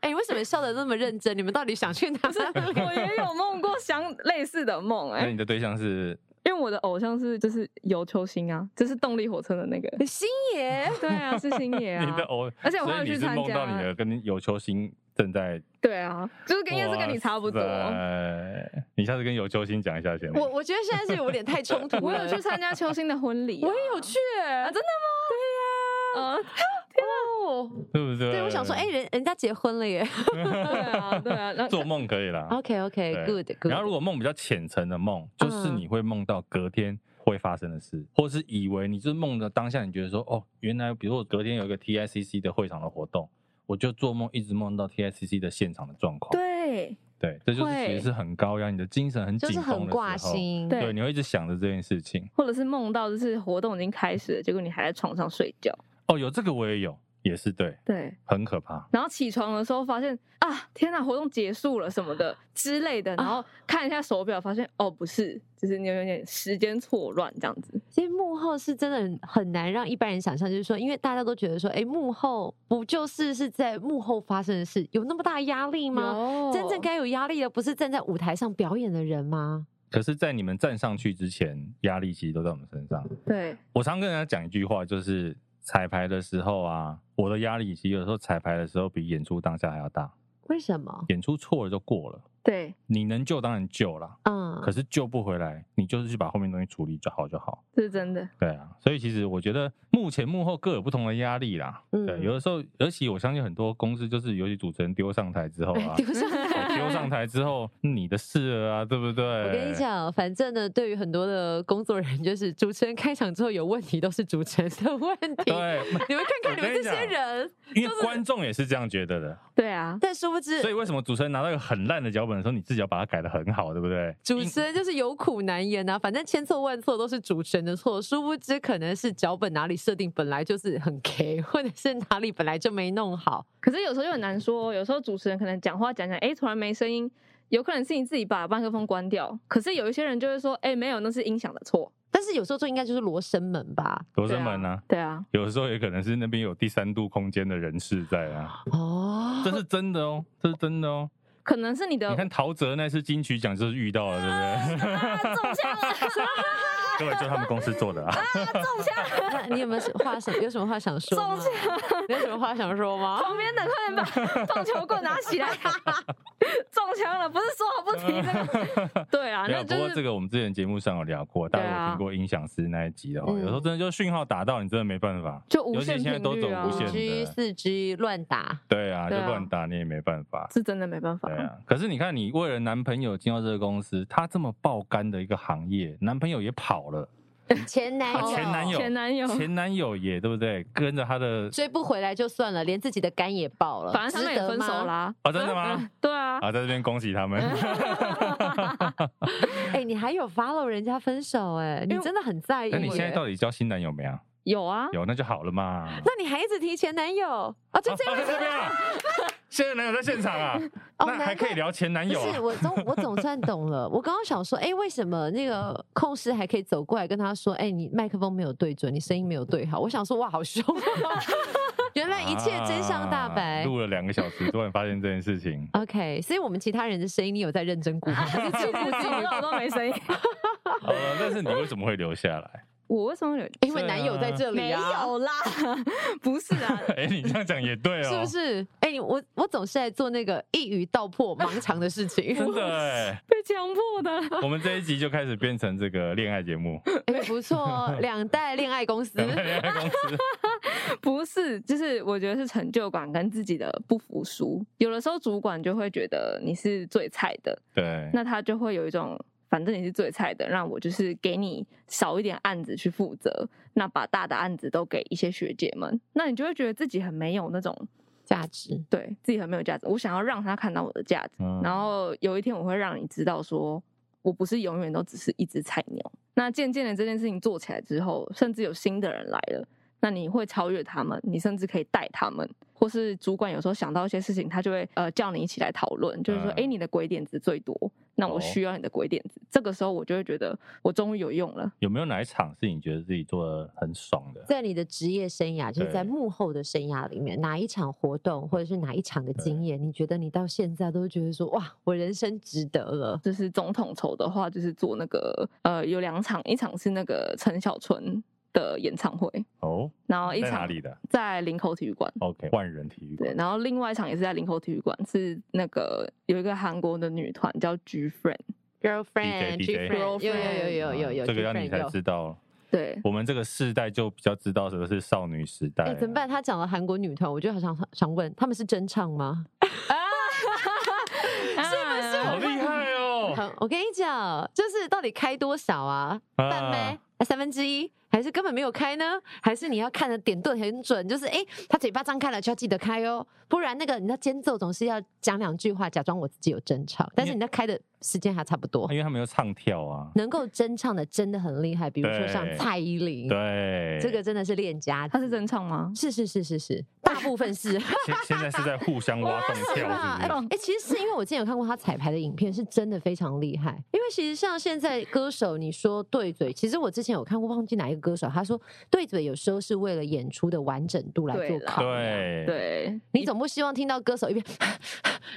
Speaker 3: 哎、为什么笑的那么认真？你们到底想去哪里？
Speaker 4: 我也有梦过相类似的梦哎、
Speaker 2: 那你的对象是
Speaker 4: 因为我的偶像是就是尤秋星啊，就是动力火车的那个。
Speaker 3: 星 爷，
Speaker 4: 对啊，是星爷
Speaker 2: 你
Speaker 4: 啊
Speaker 2: 的。偶，
Speaker 4: 而且我
Speaker 2: 所
Speaker 4: 还有
Speaker 2: 以你
Speaker 4: 去
Speaker 2: 是
Speaker 4: 参
Speaker 2: 梦到
Speaker 4: 加
Speaker 2: 你的跟有球星正在，
Speaker 4: 对啊，就是跟应该是跟你差不多。
Speaker 2: 哇塞。你下次跟有球星讲一下先。
Speaker 3: 我我觉得现在是有点太冲突了。
Speaker 4: 我有去参加秋星的婚礼、啊
Speaker 3: 我也有去、
Speaker 4: 啊，真的吗？对呀、
Speaker 3: 哦，
Speaker 2: 对不对？
Speaker 3: 对，我想说，哎，人人家结婚了耶。
Speaker 4: 对啊，对啊，那
Speaker 2: 做梦可以啦。
Speaker 3: OK
Speaker 2: 对
Speaker 3: OK good good。
Speaker 2: 然后如果梦比较浅层的梦，就是
Speaker 3: 嗯
Speaker 2: 你会梦到隔天会发生的事，或是以为你就是梦的当下，你觉得说哦，原来比如说我隔天有一个 TICC 的会场的活动，我就做梦一直梦到 TICC 的现场的状况。
Speaker 4: 对
Speaker 2: 对，这就是
Speaker 4: 会
Speaker 2: 其实是很高压，你的精神很
Speaker 3: 就
Speaker 2: 紧绷
Speaker 3: 是
Speaker 2: 的时
Speaker 3: 很
Speaker 2: 候，
Speaker 3: 挂心，
Speaker 4: 对
Speaker 2: 对，你会一直想着这件事情。
Speaker 4: 或者是梦到就是活动已经开始了，结果你还在床上睡觉。
Speaker 2: 哦，有这个我也有，也是对，
Speaker 4: 对，
Speaker 2: 很可怕。
Speaker 4: 然后起床的时候发现啊，天呐，活动结束了什么的之类的，然后看一下手表，发现哦不是，就是你有点时间错乱这样子。
Speaker 3: 其实幕后是真的很很难让一般人想象，就是说，因为大家都觉得说，哎，幕后不就是是在幕后发生的事，有那么大的压力吗？
Speaker 4: 有
Speaker 3: 真正该有压力的，不是站在舞台上表演的人吗？
Speaker 2: 可是，在你们站上去之前，压力其实都在我们身上。
Speaker 4: 对
Speaker 2: 我常跟人家讲一句话，就是彩排的时候啊，我的压力其实有时候彩排的时候比演出当下还要大。
Speaker 3: 为什么？
Speaker 2: 演出错了就过了，
Speaker 4: 对，
Speaker 2: 你能救当然救啦，
Speaker 3: 嗯，
Speaker 2: 可是救不回来，你就是去把后面东西处理就好就好。
Speaker 4: 这是真的。
Speaker 2: 对啊，所以其实我觉得目前幕后各有不同的压力啦。
Speaker 3: 嗯
Speaker 2: 对，有的时候，尤其我相信很多公司就是，尤其主持人丢上台之后 啊，
Speaker 3: 丢上 台。
Speaker 2: 丢上台之后，嗯你的事了啊，对不对？
Speaker 3: 我跟你，讲，反正呢，对于很多的工作人，就是主持人开场之后有问题，都是主持人的问 题。
Speaker 2: 对，
Speaker 3: 你们看看你们
Speaker 2: 我跟
Speaker 3: 这
Speaker 2: 你讲
Speaker 3: 些人，
Speaker 2: 因为观众也是这样觉得的，
Speaker 4: 对啊，
Speaker 3: 但殊不知
Speaker 2: 所以为什么主持人拿到一个很烂的脚本的时候，你自己要把它改的很好，对不对？
Speaker 3: 主持人就是有苦难言啊，反正千错万错都是主持人的错，殊不知可能是脚本哪里设定本来就是很 K，或者是哪里本来就没弄好。
Speaker 4: 可是有时候又很难说哦，有时候主持人可能讲话讲讲，哎，突然没声音，有可能是你自己把麦克风关掉。可是有一些人就会说，哎，没有，那是音响的错。
Speaker 3: 但是有时候这应该就是罗生门吧？
Speaker 2: 罗生门呢、
Speaker 4: 对啊，
Speaker 2: 有的时候也可能是那边有第三度空间的人士在 啊，
Speaker 3: 哦
Speaker 2: 这，是真的哦，这是真的哦。
Speaker 4: 可能是你的啊
Speaker 2: 你看 陶喆那次金曲奖就是遇到了，对不 对？
Speaker 4: 中枪了，
Speaker 2: 根本就他们公司做的啊。
Speaker 4: 中枪了，
Speaker 3: 那你有没有话想？有什么话想说吗？你有什么话想说吗？
Speaker 4: 旁边的快点 把棒球棍拿起来，中枪了，不是说好不提这个？ 对啊，
Speaker 2: 没有，
Speaker 4: 那
Speaker 2: 不
Speaker 4: 就
Speaker 2: 过
Speaker 4: 是
Speaker 2: 这个我们之前节目上有聊过，大
Speaker 4: 对
Speaker 2: 家
Speaker 4: 啊
Speaker 2: 有听过音响师那一集的话，哦
Speaker 3: 嗯
Speaker 2: 有时候真的就讯号打到你真的没办法。
Speaker 4: 就无
Speaker 2: 尤其
Speaker 4: 限
Speaker 2: 现在都
Speaker 4: 频率
Speaker 2: 走
Speaker 4: 啊，
Speaker 2: 无线
Speaker 3: 五 G、
Speaker 2: 的
Speaker 3: 四 G 乱 打，
Speaker 2: 对啊，就
Speaker 4: 对啊
Speaker 2: 乱打你也没办法。
Speaker 4: 是真的没办法
Speaker 2: 对。啊，可是你看，你为了男朋友进到这个公司，他这么爆肝的一个行业，男朋友也跑了，
Speaker 3: 前男
Speaker 2: 啊
Speaker 3: 友，
Speaker 2: 前男友
Speaker 4: 哦前男友，
Speaker 2: 前男友也对不对？跟着他的
Speaker 3: 追不回来就算了，连自己的肝也爆了，
Speaker 4: 反正他们也
Speaker 3: 值得
Speaker 4: 分
Speaker 3: 吗
Speaker 4: 手。啦。
Speaker 2: 啊，真的 吗？
Speaker 4: 对啊，
Speaker 2: 啊，在这边恭喜他们。
Speaker 3: 嗯 哎、你还有 follow 人家分手、哎，你
Speaker 4: 为
Speaker 3: 真的很在意耶。
Speaker 2: 那你现在到底交新男友没啊？
Speaker 4: 有啊，
Speaker 2: 有，那就好了嘛。 啊
Speaker 3: 那你还一直提前男友啊？就这样
Speaker 2: 放在这边 啊，现在男友在现场啊，
Speaker 3: 哦
Speaker 2: 那还可以聊前男
Speaker 3: 不
Speaker 2: 友
Speaker 3: 是
Speaker 2: 啊。
Speaker 3: 我总我总算懂了。我刚刚想说，哎、为什么那个控室还可以走过来跟他说，哎、你麦克风没有对准，你声音没有对好？我想说，哇，好凶、啊！ 原来一切真相大
Speaker 2: 啊
Speaker 3: 白。
Speaker 2: 录了两个小时，突然发现这件事 情。
Speaker 3: OK，所以我们其他人的声音，你有在认真估
Speaker 4: 啊
Speaker 3: 吗？还是只有
Speaker 4: 我
Speaker 3: 顾自己
Speaker 4: 我都没 声音。
Speaker 2: 好了，但是你为什么会留下来？
Speaker 4: 我为什么有？
Speaker 3: 因为男友在这里啊，
Speaker 4: 啦，不是啊，
Speaker 2: 哎，你这样讲也对哦，
Speaker 3: 是不？是？哎、你我我总是在做那个一语道破盲肠的事 情。
Speaker 2: 真的哎，
Speaker 4: 被强迫的。
Speaker 2: 我们这一集就开始变成这个恋爱节目，
Speaker 3: 哎、不错哦，两代恋爱 公司。
Speaker 2: 恋爱公司。
Speaker 4: 不是，就是我觉得是成就感跟自己的不服输。有的时候主管就会觉得你是最菜的，
Speaker 2: 对，
Speaker 4: 那他就会有一种反正你是最菜的，让我就是给你少一点案子去负责，那把大的案子都给一些学姐们，那你就会觉得自己很没有那种
Speaker 3: 价值。
Speaker 4: 对自己很没有价值。我想要让他看到我的价值，
Speaker 2: 嗯
Speaker 4: 然后有一天我会让你知道说。我不是永远都只是一只菜鸟。那渐渐的这件事情做起来之后，甚至有新的人来了，那你会超越他们，你甚至可以带他们，或是主管有时候想到一些事情，他就会呃叫你一起来讨论，就是说，
Speaker 2: 嗯
Speaker 4: 哎、你的鬼点子最多，那我
Speaker 2: 哦
Speaker 4: 需要你的鬼点子。这个时候我就会觉得我终于有用了。
Speaker 2: 有没有哪一场是你觉得自己做的很爽的？
Speaker 3: 在你的职业生涯，就是在
Speaker 2: 对
Speaker 3: 幕后的生涯里面，哪一场活动或者是哪一场的经验，你觉得你到现在都觉得说，哇，我人生值得了？
Speaker 4: 就是总统筹的话，就是做那个呃有两场，一场是那个陈小春的演唱会，
Speaker 2: 哦，
Speaker 4: 然后一
Speaker 2: 在哪
Speaker 4: 场
Speaker 2: 里的
Speaker 4: 在林口体育馆。
Speaker 2: ？OK，万人体育
Speaker 4: 对，
Speaker 2: 馆。
Speaker 4: 然后另外一场也是在林口体育馆，是那个有一个韩国的女团叫 G Friend，
Speaker 3: girlfriend，
Speaker 2: DJ
Speaker 3: girlfriend，有有
Speaker 4: girlfriend
Speaker 3: 有有有有，
Speaker 2: 啊这个要你
Speaker 3: girlfriend
Speaker 2: 才
Speaker 3: 有
Speaker 2: 知道。
Speaker 4: 对，
Speaker 2: 我们这个世代就比较知道什么是少女时代、
Speaker 3: 哎，怎么办？？他讲了韩国女团，我就好想想问，他们是真唱吗？
Speaker 4: 是不是
Speaker 2: 好厉害哦！
Speaker 3: 很，我跟你讲，就是到底开多少啊？半杯
Speaker 2: 啊，
Speaker 3: 还三分之一，还是根本没有开呢？还是你要看的点对很准？就是哎、诶他嘴巴张开了就要记得开哦，不然那个你的间奏总是要讲两句话，假装我自己有真唱，但是你那开的时间还差不多
Speaker 2: 因。为他们又唱跳啊，
Speaker 3: 能够真唱的真的很厉害，比如说像
Speaker 2: 对
Speaker 3: 蔡依林，
Speaker 2: 对，
Speaker 3: 这个真的是练家子
Speaker 4: 他是真唱吗？
Speaker 3: 是是是是是，大部分是。
Speaker 2: 现现在是在互相 挖洞跳，
Speaker 3: 哇
Speaker 2: 是不是？
Speaker 3: 哎、其实是因为我之前有看过他彩排的影片，是真的非常厉害。因为其实像现在歌手，你说对嘴，其实我之前有看过，忘记哪一个歌手，他说对嘴有时候是为了演出的完整度来做
Speaker 4: 对啦
Speaker 3: 考量。
Speaker 2: 对，
Speaker 4: 对，
Speaker 3: 你总不希望听到歌手 一边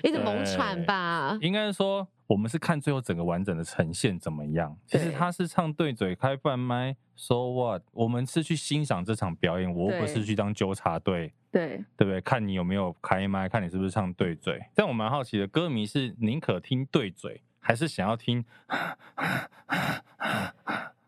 Speaker 3: 一直猛喘吧？
Speaker 2: 应该说我们是看最后整个完整的呈现怎么样。其实
Speaker 4: 对
Speaker 2: 他是唱对嘴开半麦，so what？我们是去欣赏这场表演，我又不是
Speaker 4: 对
Speaker 2: 去当纠察队。
Speaker 4: 对，
Speaker 2: 对不对？看你有没有开麦，看你是不是唱对嘴。但我蛮好奇的，歌迷是宁可听对嘴，还是想要听？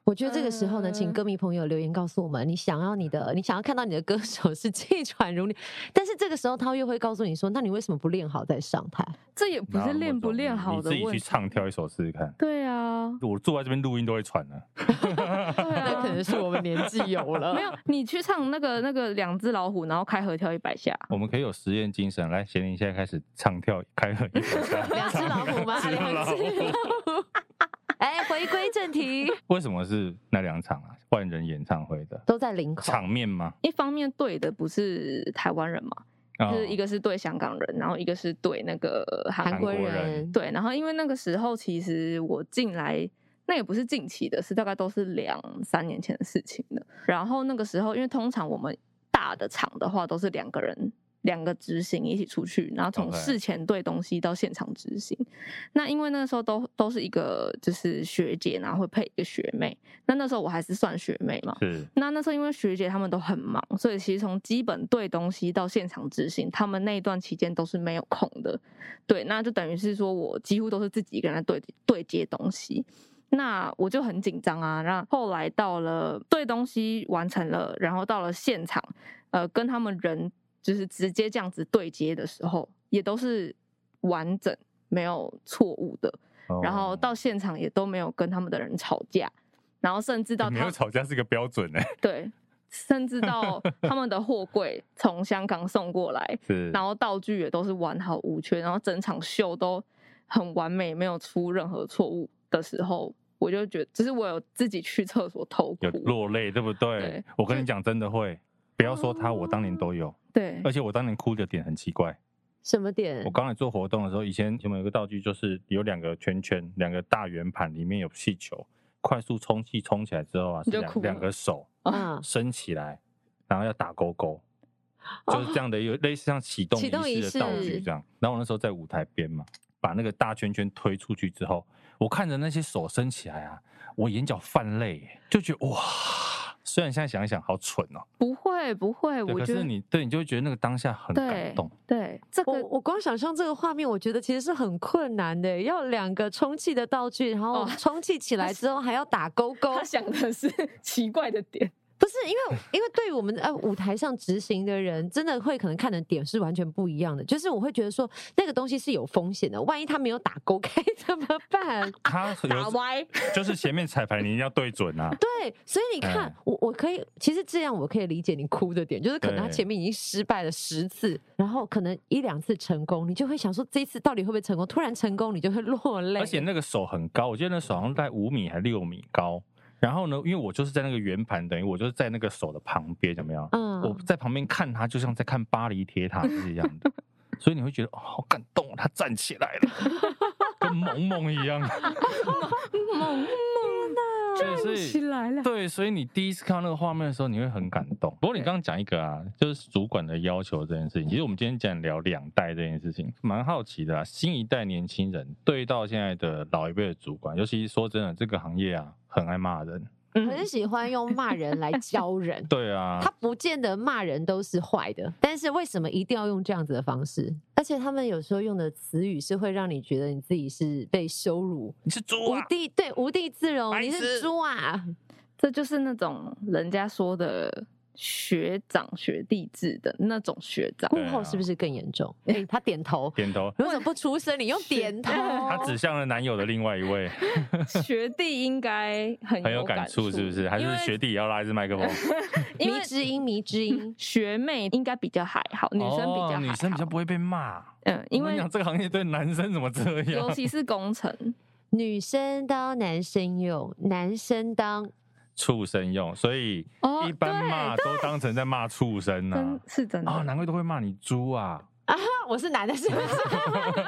Speaker 3: 我觉得这个时候呢，
Speaker 4: 嗯
Speaker 3: 请歌迷朋友留言告诉我们，你想要你的，你想要看到你的歌手是气喘如牛，但是这个时候他又会告诉你说，那你为什么不练好再上台？
Speaker 4: 这也不
Speaker 2: 哪有
Speaker 4: 是
Speaker 2: 那么
Speaker 4: 练不
Speaker 2: 容易
Speaker 4: 练好的
Speaker 2: 你自
Speaker 4: 问
Speaker 2: 己去
Speaker 4: 题。
Speaker 2: 唱跳一首试试看。
Speaker 4: 对啊，
Speaker 2: 我坐在这边录音都会喘呢、
Speaker 4: 对
Speaker 3: 那
Speaker 4: 啊
Speaker 3: 可，能是我们年纪有 了，
Speaker 4: 没有你去唱那个那个两只老虎，然后开合跳一百下，
Speaker 2: 我们可以有实验精神，来，贤玲现在开始唱跳开合一首下
Speaker 4: 啊
Speaker 3: 两只老虎吗？
Speaker 2: 两只老
Speaker 3: 两只
Speaker 2: 虎
Speaker 3: 老虎。哎，回归正题，
Speaker 2: 为什么是那两场啊？万人演唱会的
Speaker 3: 都在领口。
Speaker 2: 场面吗？
Speaker 4: 一方面对的不是台湾人嘛，
Speaker 2: 啊
Speaker 4: 就是一个是对香港人，然后一个是对那个韩
Speaker 3: 韩
Speaker 2: 国
Speaker 3: 国
Speaker 2: 人
Speaker 3: 人，
Speaker 4: 对，然后因为那个时候其实我进来，那也不是近期的事，大概都是两三年前的事情了。然后那个时候，因为通常我们大的场的话都是两个人。两个执行一起出去，然后从
Speaker 2: OK
Speaker 4: 事前对东西到现场执行。那因为那个时候都都是一个就是学姐，然后会配一个学妹。那那时候我还是算学妹嘛，
Speaker 2: 是
Speaker 4: 那那时候因为学姐她们都很忙，所以其实从基本对东西到现场执行，他们那一段期间都是没有空的。对，那就等于是说我几乎都是自己一个人在对对接东西。那我就很紧张啊。那后来到了对东西完成了，然后到了现场，呃，跟他们人就是直接这样子对接的时候，也都是完整没有错误的。
Speaker 2: 哦
Speaker 4: 然后到现场也都没有跟他们的人吵架，然后甚至到
Speaker 2: 欸没
Speaker 4: 他
Speaker 2: 有吵架是个标准哎、
Speaker 4: 对，甚至 到他们的货柜从香港送过来，
Speaker 2: 是
Speaker 4: 然后道具也都是完好无缺，然后整场秀都很完美，没有出任何错误的时候，我就觉得，只是我有自己去厕所偷
Speaker 2: 有
Speaker 4: 哭，
Speaker 2: 落泪，对不对？
Speaker 4: 对
Speaker 2: 我跟你讲，真的会。不要说他，我当年都有，
Speaker 4: 对
Speaker 2: 而且我当年哭的点很奇怪。
Speaker 3: 什么
Speaker 4: 嗯
Speaker 3: 点
Speaker 2: 我？刚才做活动的时候，以前我们有个道具，就是有两个圈圈，两个大圆盘，里面有气球，快速充气充起来之后啊，是
Speaker 4: 你就
Speaker 2: 两
Speaker 4: 哭了
Speaker 2: 两个手
Speaker 3: 嗯，
Speaker 2: 伸起来，然后要打勾 勾，就是这样的，有类似像启动
Speaker 3: 启动
Speaker 2: 仪
Speaker 3: 仪
Speaker 2: 式
Speaker 3: 式
Speaker 2: 的道具这样。然后我那时候在舞台边嘛，把那个大圈圈推出去之后，我看着那些手伸起来啊，我眼角泛泪耶，就觉得哇，虽然现在想一想好蠢哦、
Speaker 4: 不会不会，
Speaker 2: 对，
Speaker 4: 我
Speaker 2: 可
Speaker 4: 觉
Speaker 2: 是
Speaker 4: 得
Speaker 2: 你对你就会觉得那个当下很感
Speaker 4: 对
Speaker 2: 动。
Speaker 4: 对这
Speaker 3: 我
Speaker 4: 个
Speaker 3: 我光想象这个画面，我觉得其实是很困难的。要两个充气的道具，然后
Speaker 4: 哦
Speaker 3: 充气起来之后还要打勾勾，
Speaker 4: 他想 的是奇怪的点，
Speaker 3: 不是因为因为对于我们呃舞台上执行的人，真的会可能看的点是完全不一样的。就是我会觉得说那个东西是有风险的，万一他没有打勾该 怎么办？。
Speaker 2: 他
Speaker 4: 打
Speaker 2: 有
Speaker 4: 歪，
Speaker 2: 就是前面彩排你一定要对准 啊
Speaker 3: 对，所以你看，
Speaker 2: 哎
Speaker 3: 我我可以，其实这样我可以理解你哭的点，就是可能他
Speaker 2: 对
Speaker 3: 前面已经失败了十次，然后可能一两次成功，你就会想说这一次到底会不会成功？突然成功，你就会落泪。
Speaker 2: 而且那个手很高，我记得那手好像在五米还六米高。然后呢，因为我就是在那个圆盘，等于我就是在那个手的旁边，有没有？
Speaker 3: 嗯
Speaker 2: 我在旁边看他，就像在看巴黎铁塔是一样 的，所以你会觉得哦，好感动，他站起来了，跟萌萌一 样。
Speaker 4: 萌萌
Speaker 2: 对，所
Speaker 4: 站啊起
Speaker 2: 以
Speaker 4: 来 了，
Speaker 2: 对，所以你第一次看到那个画面的时候，你会很感动。不过你刚刚讲一个啊，就是主管的要求这件事情。其实我们今天讲聊两代这件事情，蛮好奇的啊。新一代年轻人对到现在的老一辈的主管，尤其说真的，这个行业啊，很爱骂人。，
Speaker 3: 很喜欢用骂人来教人
Speaker 2: 对啊
Speaker 3: 嗯他，不见得骂人都是坏的，但是为什么一定要用这样子的方式？而且他们有时候用的词语是会让你觉得你自己是被羞辱，
Speaker 2: 你是猪
Speaker 3: 无
Speaker 2: 啊！
Speaker 3: 地对无地自容，
Speaker 2: 白
Speaker 3: 你
Speaker 2: 痴
Speaker 3: 是猪啊！
Speaker 4: 这就是那种人家说的学长学弟制的那种学长。
Speaker 2: 对
Speaker 3: 幕后
Speaker 2: 啊
Speaker 3: 是不是更严重？哎，他点头，
Speaker 2: 点头，
Speaker 3: 你为什么不出声？你用点头，
Speaker 2: 他指向了男友的另外一位，
Speaker 4: 学弟应该很
Speaker 2: 很有
Speaker 4: 感
Speaker 2: 感触，是不是？还
Speaker 4: 因
Speaker 2: 是
Speaker 4: 为
Speaker 2: 学弟也要拉一支 麦克风？
Speaker 4: 因
Speaker 3: 迷
Speaker 4: 为
Speaker 3: 之音，迷之音。
Speaker 4: 学妹应该比较还好，女生比较
Speaker 2: 哦
Speaker 4: 还好、
Speaker 2: 女生比较不会被骂。
Speaker 4: 嗯，因
Speaker 2: 我跟你
Speaker 4: 为
Speaker 2: 讲这个行业对男生怎么这样
Speaker 4: 尤？其是工 程，
Speaker 3: 女生当男生用，男生当
Speaker 2: 畜生用，所以
Speaker 4: 哦
Speaker 2: 一般骂都当成在骂畜生
Speaker 4: 真
Speaker 2: 呐、
Speaker 4: 是真的。
Speaker 2: 啊。哦，难怪都会骂你猪啊！
Speaker 3: 啊， 我是男的，是不是？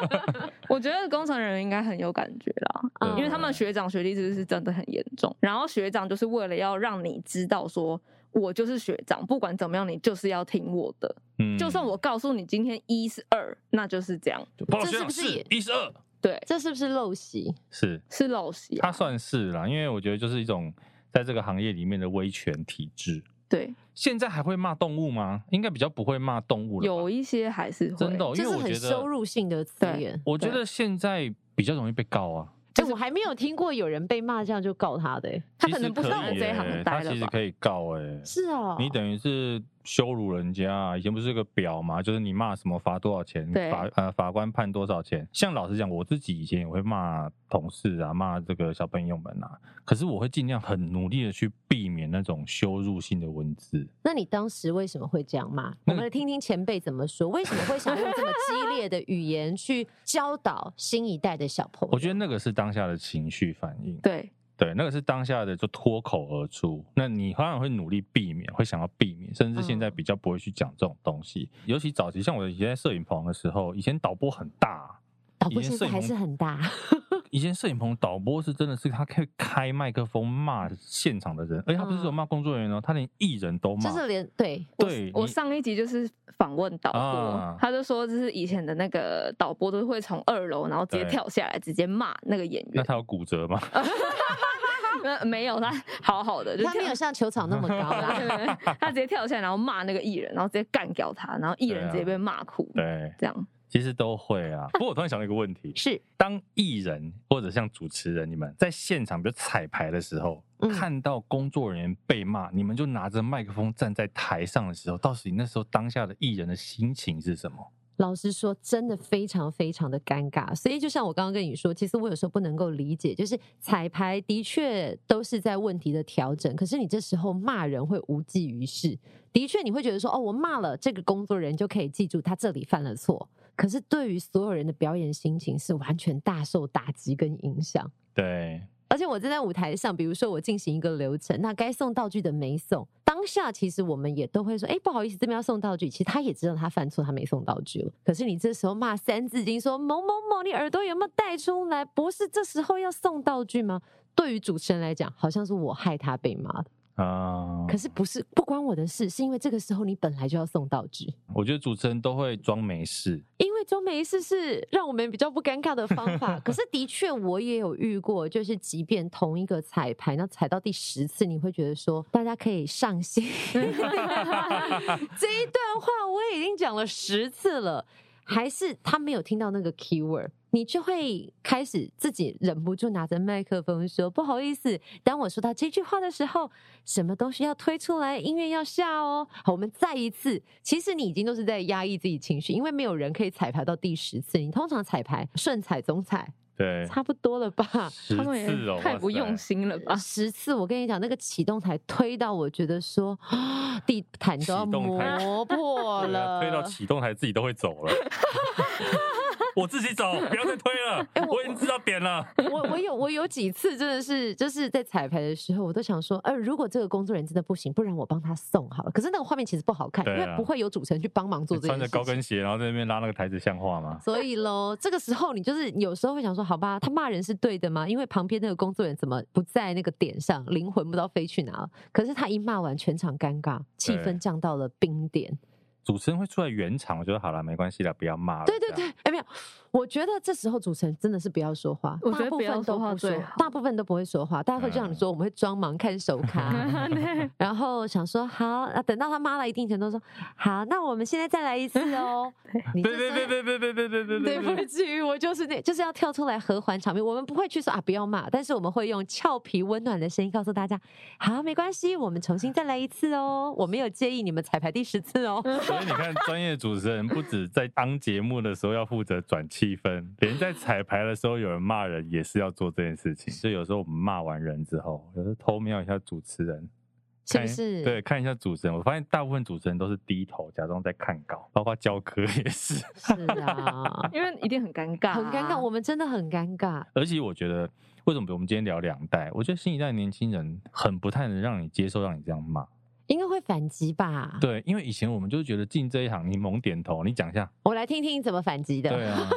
Speaker 4: 我觉得工程人应该很有感觉啦，
Speaker 3: 嗯
Speaker 4: 因为他们学长学弟制是真的很严重。然后学长就是为了要让你知道说。我就是学长，不管怎么样，你就是要听我的。
Speaker 2: 嗯
Speaker 4: 就算我告诉你今天一是二，那就是这样。
Speaker 2: 报
Speaker 3: 这
Speaker 2: 学
Speaker 3: 是不
Speaker 2: 长
Speaker 3: 是
Speaker 2: 是
Speaker 3: 也
Speaker 2: 一十二，
Speaker 4: 对，
Speaker 3: 这是不是陋习？
Speaker 2: 是
Speaker 4: 是陋习啊、
Speaker 2: 他算是啦，因为我觉得就是一种在这个行业里面的威权体制。
Speaker 4: 对，
Speaker 2: 现在还会骂动物吗？应该比较不会骂动物了吧。
Speaker 4: 有一些还是会
Speaker 2: 真的哦、因
Speaker 3: 这
Speaker 2: 为
Speaker 3: 是
Speaker 2: 我
Speaker 3: 很
Speaker 2: 觉
Speaker 3: 收
Speaker 2: 得，
Speaker 3: 入性的词源。
Speaker 2: 我觉得现在比较容易被告啊。
Speaker 3: 哎，我还没有听过有人被骂这样就告他的。哎
Speaker 4: 他
Speaker 2: 其
Speaker 4: 可
Speaker 2: 实
Speaker 4: 能不是
Speaker 2: 以
Speaker 4: 我们这一行
Speaker 2: 欸
Speaker 4: 待
Speaker 2: 他
Speaker 4: 了
Speaker 2: 其实
Speaker 4: 吧？
Speaker 2: 可以告哎、
Speaker 3: 是哦，
Speaker 2: 你等于是羞辱人家、啊。以前不是有个表嘛，就是你骂什么罚多少钱，
Speaker 4: 对
Speaker 2: 法呃法官判多少钱。像老实讲，我自己以前也会骂同事啊，骂这个小朋友们啊，可是我会尽量很努力的去避免那种羞辱性的文字。
Speaker 3: 那你当时为什么会这样骂？
Speaker 2: 那
Speaker 3: 我
Speaker 2: 个
Speaker 3: 们来听听前辈怎么说。为什么会想用这么激烈的语言去教导新一代的小朋友？
Speaker 2: 我觉得那个是当下的情绪反应，
Speaker 4: 对，
Speaker 2: 对，那个是当下的就脱口而出。那你当然会努力避免，会想要避免，甚至现在
Speaker 3: 嗯
Speaker 2: 比较不会去讲这种东西。尤其早期，像我以前在摄影棚的时候，以前导播很大，啊
Speaker 3: 导
Speaker 2: 以
Speaker 3: 播
Speaker 2: 前
Speaker 3: 现
Speaker 2: 摄
Speaker 3: 在
Speaker 2: 影
Speaker 3: 还
Speaker 2: 棚
Speaker 3: 是 很大，
Speaker 2: 以前摄影棚导播是真的是他可以开麦克风骂现场的人，而且他不是说骂工作人员哦，他连艺人都骂
Speaker 3: 就。是连对
Speaker 2: 对，
Speaker 4: 嗯我
Speaker 2: 你
Speaker 4: 上一集就是访问导播，
Speaker 2: 啊
Speaker 4: 他就说，就是以前的那个导播都会从二楼，然后直接
Speaker 2: 对
Speaker 4: 跳下来，直接骂那个演
Speaker 2: 那
Speaker 4: 员。
Speaker 2: 他有骨折 吗？
Speaker 4: 呃没有，他好好的，就
Speaker 3: 他没有
Speaker 4: 跳
Speaker 3: 像球场那么 高啦。
Speaker 4: 对他直接跳下来，然后骂那个艺人，然后直接干掉他，然后艺人
Speaker 2: 对啊
Speaker 4: 直接被骂哭。
Speaker 2: 对，
Speaker 4: 这样
Speaker 2: 其实都会啊。不过我突然想到一个问题：
Speaker 3: 是
Speaker 2: 当艺人或者像主持人，你们在现场比如彩排的时候，
Speaker 3: 嗯
Speaker 2: 看到工作人员被骂，你们就拿着麦克风站在台上的时候，到底那时候当下的艺人的心情是什么？
Speaker 3: 老实说，真的非常非常的尴尬。所以，就像我刚刚跟你说，其实我有时候不能够理解，就是彩排的确都是在问题的调整，可是你这时候骂人会无济于事。的确，你会觉得说，哦，我骂了这个工作人就可以记住他这里犯了错。可是对于所有人的表演心情是完全大受打击跟影响。
Speaker 2: 对，
Speaker 3: 而且我站在舞台上，比如说我进行一个流程，那该送道具的没送，当下其实我们也都会说，哎、不好意思，这边要送道具。其实他也知道他犯错，他没送道具了。可是你这时候骂《三字经》说某某某，你耳朵有没有带出来？不是这时候要送道具吗？对于主持人来讲，好像是我害他被骂的，
Speaker 2: 啊、
Speaker 3: 可是不是不关我的事，是因为这个时候你本来就要送道具。
Speaker 2: 我觉得主持人都会装没事，
Speaker 3: 因为装没事是让我们比较不尴尬的方法。可是的确，我也有遇过，就是即便同一个彩排，那踩到第十次，你会觉得说大家可以上心。这一段话我已经讲了十次了，还是他没有听到那个 keyword。你就会开始自己忍不住拿着麦克风说：“不好意思，当我说到这句话的时候，什么东西要推出来，音乐要下哦。好，我们再一次，其实你已经都是在压抑自己情绪，因为没有人可以彩排到第十次。你通常彩排顺彩总彩
Speaker 2: 对，
Speaker 3: 差不多了吧？啊
Speaker 2: 十
Speaker 4: 他们也
Speaker 2: 次哦，
Speaker 4: 太不用心了吧？
Speaker 3: 十次，我跟你讲，那个启动台推到我觉得说 地毯都要
Speaker 2: 启动台
Speaker 3: 磨破
Speaker 2: 哇塞，对啊
Speaker 3: 了，
Speaker 2: 推到启动台自己都会走 了。我自己走，不要再推了，
Speaker 3: 哎
Speaker 2: 我已经知道点 了。
Speaker 3: 我我有我有几次真的是就是在彩排的时候，我都想说，呃，如果这个工作人员真的不行，不然我帮他送好了。可是那个画面其实不好看，
Speaker 2: 对啊
Speaker 3: 因为不会有主持人去帮忙做这件
Speaker 2: 穿
Speaker 3: 事
Speaker 2: 着
Speaker 3: 情。
Speaker 2: 高跟鞋，然后在那边拉那个台子，像话吗？
Speaker 3: 所以喽，这个时候你就是有时候会想说，好吧，他骂人是对的吗？因为旁边那个工作人员怎么不在那个点上，灵魂不知道飞去哪了。可是他一骂完，全场尴尬，气氛降到了冰点。
Speaker 2: 主持人会出来圆场，我觉得好了，没关系了，不要骂了。
Speaker 3: 对对对，哎、没有，我觉得这时候主持人真的是不要说话，
Speaker 4: 我觉
Speaker 3: 大
Speaker 4: 得
Speaker 3: 部
Speaker 4: 不要
Speaker 3: 分都
Speaker 4: 说话
Speaker 3: 不说
Speaker 4: 最好，
Speaker 3: 大部分都不会说话，大家会这
Speaker 2: 嗯
Speaker 3: 样说，我们会装忙看手卡，
Speaker 4: 对
Speaker 3: 然后想说好，啊等到他妈了一定程度说好，那我们现在再来一次哦。你这
Speaker 2: 对对
Speaker 3: 时候
Speaker 2: 对对对对对对对
Speaker 3: 对不至于，我就是那，就是要跳出来和缓场面。我们不会去说啊，不要骂，但是我们会用俏皮温暖的声音告诉大家，好，没关系，我们重新再来一次 哦，我没有介意你们彩排第十次哦。
Speaker 2: 所以你看，专业主持人不止在当节目的时候要负责转气氛，连在彩排的时候有人骂人也是要做这件事情。所以有时候我们骂完人之后，有时候偷瞄一下主持人，
Speaker 3: 是
Speaker 2: 看
Speaker 3: 不是
Speaker 2: 对，看一下主持人。我发现大部分主持人都是低头假装在看稿，包括教科也是。
Speaker 3: 是啊，
Speaker 4: 因为一定很尴尬啊，
Speaker 3: 很尴尬，我们真的很尴尬。
Speaker 2: 而且我觉得，为什么我们今天聊两代？我觉得新一代年轻人很不太能让你接受，让你这样骂。
Speaker 3: 应该会反击吧？
Speaker 2: 对，因为以前我们就觉得进这一行，你猛点头，你讲一下。
Speaker 3: 我来听听你怎么反击的。
Speaker 2: 对啊，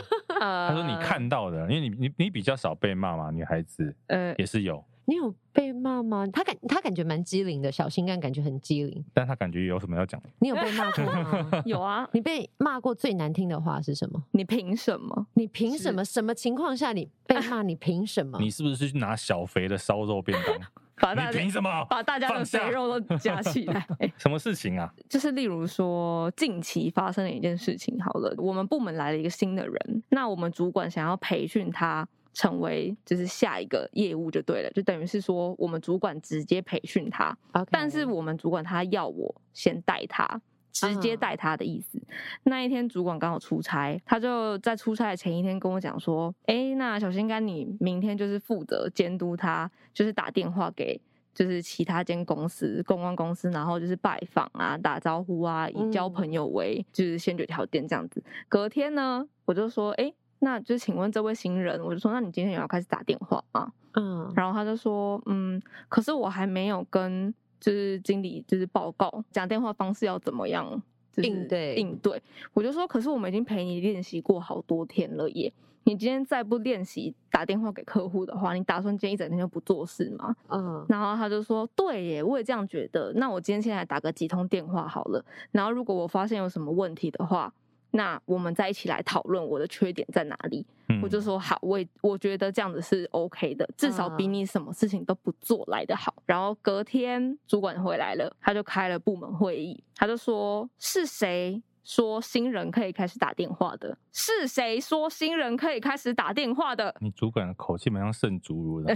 Speaker 4: 呃
Speaker 2: 他说你看到的，因为你你你比较少被骂嘛，女孩子
Speaker 4: 呃？
Speaker 2: 也是有，
Speaker 3: 你有被骂吗？他感他感觉蛮机灵的，小心肝感觉很机灵。
Speaker 2: 但她感觉有什么要讲的。
Speaker 3: 你有被骂过吗
Speaker 4: 有啊，
Speaker 3: 你被骂过最难听的话是什么？
Speaker 4: 你凭什么？
Speaker 3: 你凭什么？什么情况下你被
Speaker 4: 啊
Speaker 3: 骂？你凭什么？
Speaker 2: 你是不是去拿小肥的烧肉便当？
Speaker 4: 把大
Speaker 2: 你凭
Speaker 4: 家
Speaker 2: 什么？
Speaker 4: 把大家的
Speaker 2: 放下
Speaker 4: 肥肉都夹起来。
Speaker 2: 什么事情啊？
Speaker 4: 就是例如说，近期发生了一件事情，好了，我们部门来了一个新的人，那我们主管想要培训他成为就是下一个业务就对了，就等于是说我们主管直接培训他，
Speaker 3: OK
Speaker 4: 但是我们主管他要我先带他。直
Speaker 3: 嗯
Speaker 4: 接带他的意思。那一天主管刚好出差，他就在出差的前一天跟我讲说：“哎，那小心肝，你明天就是负责监督他，就是打电话给就是其他间公司、公关公司，然后就是拜访啊、打招呼啊，以交
Speaker 3: 嗯
Speaker 4: 朋友为、就是先决条件这样子。”隔天呢，我就说：“哎，那就请问这位新人，我就说，那你今天也要开始打电话啊吗？”
Speaker 3: 嗯，
Speaker 4: 然后他就说，嗯，可是我还没有跟就是经理就是报告讲电话方式要怎么样，就是
Speaker 3: 应对
Speaker 4: 应对。我就说，可是我们已经陪你练习过好多天了耶，你今天再不练习打电话给客户的话，你打算今天一整天就不做事吗？
Speaker 3: 嗯，
Speaker 4: 然后他就说，对耶，我也这样觉得。那我今天先来打个几通电话好了，然后如果我发现有什么问题的话。那我们再一起来讨论我的缺点在哪里。
Speaker 2: 嗯
Speaker 4: 我就说好，我也我觉得这样子是 OK 的，至少比
Speaker 3: 嗯
Speaker 4: 你什么事情都不做来的好。然后隔天主管回来了，他就开了部门会议，他就说是谁说新人可以开始打电话的？是谁说新人可以开始打电话的？
Speaker 2: 你主管的口气蛮像圣竹如的，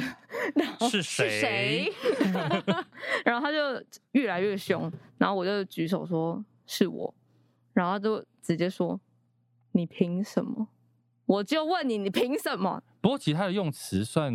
Speaker 2: 是谁？
Speaker 4: 是谁？ 然后他就越来越凶，然后我就举手说是我，然后他就直接说你凭什么？我就问你，你凭什么？
Speaker 2: 不过其他的用词算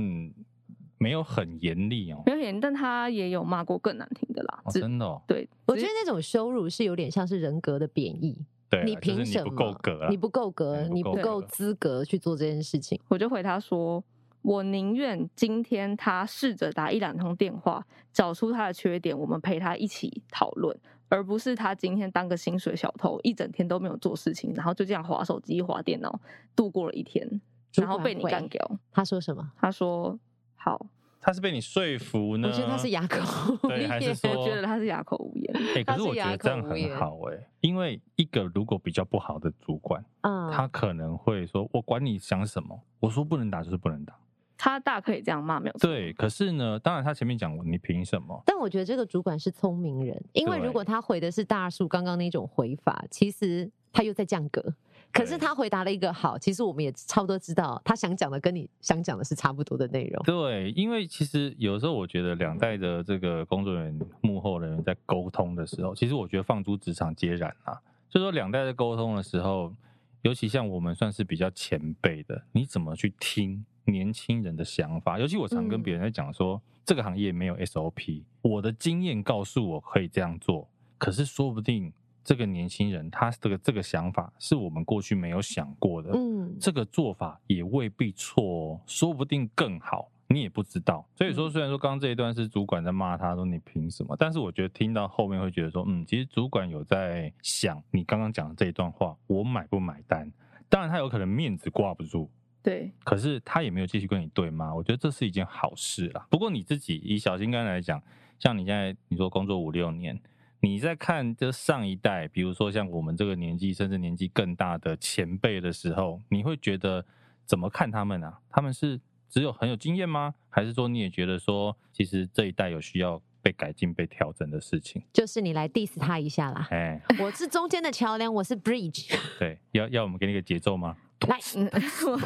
Speaker 2: 没有很严厉哦
Speaker 4: 没，有演，但他也有骂过更难听的啦。
Speaker 2: 哦
Speaker 4: 只
Speaker 2: 真的哦，
Speaker 4: 对，
Speaker 3: 我觉得那种羞辱是有点像是人格的贬义。
Speaker 2: 对啊，
Speaker 3: 你
Speaker 2: 就是
Speaker 3: 凭什么？
Speaker 2: 你不够格啊，
Speaker 3: 你不够格，
Speaker 2: 你
Speaker 3: 你
Speaker 2: 不
Speaker 3: 不
Speaker 2: 够格
Speaker 3: 够资格去做这件事情。
Speaker 4: 我就回他说，我宁愿今天他试着打一两通电话，找出他的缺点，我们陪他一起讨论，而不是他今天当个薪水小偷，一整天都没有做事情，然后就这样划手机、划电脑度过了一天，
Speaker 3: 主
Speaker 4: 然
Speaker 3: 管
Speaker 4: 后被你
Speaker 3: 会
Speaker 4: 干掉。
Speaker 3: 他说什么？
Speaker 4: 他说好，
Speaker 2: 他是被你说服呢？
Speaker 3: 我觉得他是哑口 无
Speaker 2: 对还是
Speaker 3: 言。
Speaker 2: 说
Speaker 4: 我觉得他是哑口无言。
Speaker 2: 哎、可
Speaker 3: 他
Speaker 2: 是
Speaker 3: 是
Speaker 2: 我觉得
Speaker 3: 哑
Speaker 2: 这样
Speaker 3: 口无
Speaker 2: 很
Speaker 3: 言
Speaker 2: 好哎、因为一个如果比较不好的主管，
Speaker 3: 嗯，
Speaker 2: 他可能会说：“我管你想什么，我说不能打就是不能打。
Speaker 4: 他大可以这样骂，没有”错。
Speaker 2: 对，可是呢，当然他前面讲你凭什么？
Speaker 3: 但我觉得这个主管是聪明人，因为
Speaker 2: 对
Speaker 3: 如果他回的是大树刚刚那种回法，其实他又在降格。可是
Speaker 2: 对
Speaker 3: 他回答了一个好，其实我们也差不多知道他想讲的跟你想讲的是差不多的内容。
Speaker 2: 对，因为其实有时候我觉得两代的这个工作人员、幕后人员在沟通的时候，其实我觉得放诸职场皆然啊。就说两代在沟通的时候，尤其像我们算是比较前辈的，你怎么去听年轻人的想法？尤其我常跟别人在讲说，这个行业没有 SOP，我的经验告诉我可以这样做，可是说不定这个年轻人他这个这个想法是我们过去没有想过的，
Speaker 3: 嗯，
Speaker 2: 这个做法也未必错哦，说不定更好，你也不知道。所以说，
Speaker 4: 嗯
Speaker 2: 虽然说刚刚这一段是主管在骂他说你凭什么，但是我觉得听到后面会觉得说，嗯，其实主管有在想你刚刚讲的这一段话，我买不买单？当然，他有可能面子挂不住。
Speaker 4: 对，
Speaker 2: 可是他也没有继续跟你对骂，我觉得这是一件好事啦。不过你自己以小心肝来讲，像你现在你说工作五六年，你在看这上一代，比如说像我们这个年纪，甚至年纪更大的前辈的时候，你会觉得怎么看他们啊？他们是只有很有经验吗？还是说你也觉得说，其实这一代有需要被改进、被调整的事情？
Speaker 3: 就是你来 diss 他一下啦。
Speaker 2: 哎，
Speaker 3: 我是中间的桥梁，我是 bridge。
Speaker 2: 对，要要我们给你个节奏吗？
Speaker 3: 来，
Speaker 4: 嗯， 我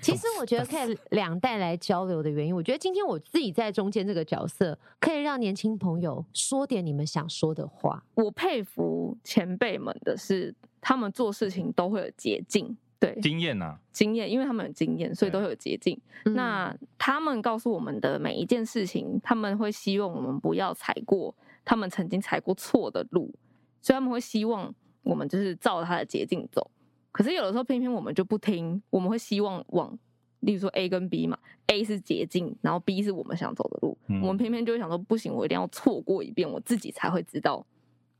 Speaker 3: 其实我觉得可以两代来交流的原因，我觉得今天我自己在中间这个角色，可以让年轻朋友说点你们想说的话。
Speaker 4: 我佩服前辈们的是，他们做事情都会有捷径，对
Speaker 2: 经验呐、啊，
Speaker 4: 经验，因为他们有经验，所以都会有捷径。
Speaker 3: 嗯
Speaker 4: 那他们告诉我们的每一件事情，他们会希望我们不要踩过他们曾经踩过错的路，所以他们会希望我们就是照他的捷径走。可是有的时候偏偏我们就不听，我们会希望往，例如说 A 跟 B 嘛，A 是捷径，然后 B 是我们想走的路，
Speaker 2: 嗯
Speaker 4: 我们偏偏就会想说不行，我一定要错过一遍，我自己才会知道，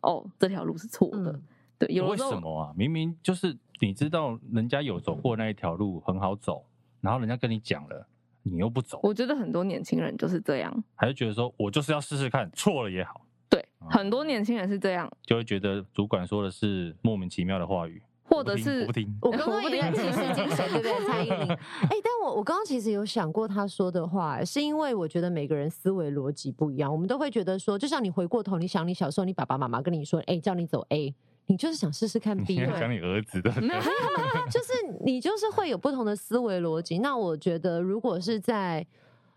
Speaker 4: 哦，这条路是错的。
Speaker 3: 嗯
Speaker 4: 对，有
Speaker 2: 为
Speaker 4: 的时候
Speaker 2: 什么啊？明明就是你知道人家有走过那一条路很好走，然后人家跟你讲了，你又不走，
Speaker 4: 我觉得很多年轻人就是这样，
Speaker 2: 还是觉得说我就是要试试看，错了也好，
Speaker 4: 对，
Speaker 2: 哦
Speaker 4: 很多年轻人是这样，
Speaker 2: 就会觉得主管说的是莫名其妙的话语，
Speaker 4: 或者
Speaker 2: 我不听
Speaker 4: 是
Speaker 2: 我不听。
Speaker 3: 我 刚刚有点骑士精神，对不 对？蔡依林，哎、但我我刚刚其实有想过他说的话，是因为我觉得每个人思维逻辑不一样，我们都会觉得说，就像你回过头，你想你小时候，你爸爸妈妈跟你说，哎、叫你走 A，你就是想试试看 B，
Speaker 2: 你要
Speaker 3: 对
Speaker 2: 讲你儿子的，
Speaker 4: 没有
Speaker 3: 就是你就是会有不同的思维逻辑。那我觉得，如果是在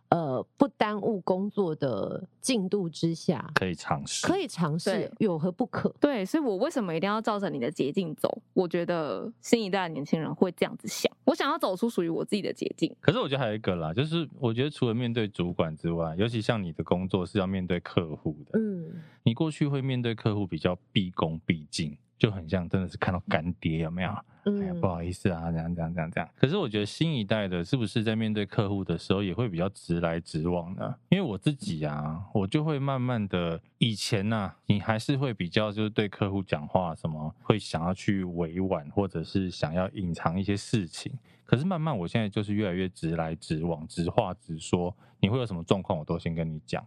Speaker 3: 呃不耽误工作的进度之下，
Speaker 2: 可以尝试，
Speaker 3: 可以尝试
Speaker 4: 对，
Speaker 3: 有何不可？
Speaker 4: 对，所以我为什么一定要照着你的捷径走？我觉得新一代的年轻人会这样子想，我想要走出属于我自己的捷径。
Speaker 2: 可是我觉得还有一个啦，就是我觉得除了面对主管之外，尤其像你的工作是要面对客户的，
Speaker 3: 嗯，
Speaker 2: 你过去会面对客户比较毕恭毕敬，就很像真的是看到干爹有没有？哎呀，
Speaker 3: 嗯
Speaker 2: 不好意思啊，这样这样这样这样。可是我觉得新一代的，是不是在面对客户的时候，也会比较直来直往呢？因为我自己啊，我就会慢慢的，以前呐、你还是会比较就是对客户讲话什么，会想要去委婉，或者是想要隐藏一些事情。可是慢慢，我现在就是越来越直来直往，直话直说。你会有什么状况，我都先跟你讲。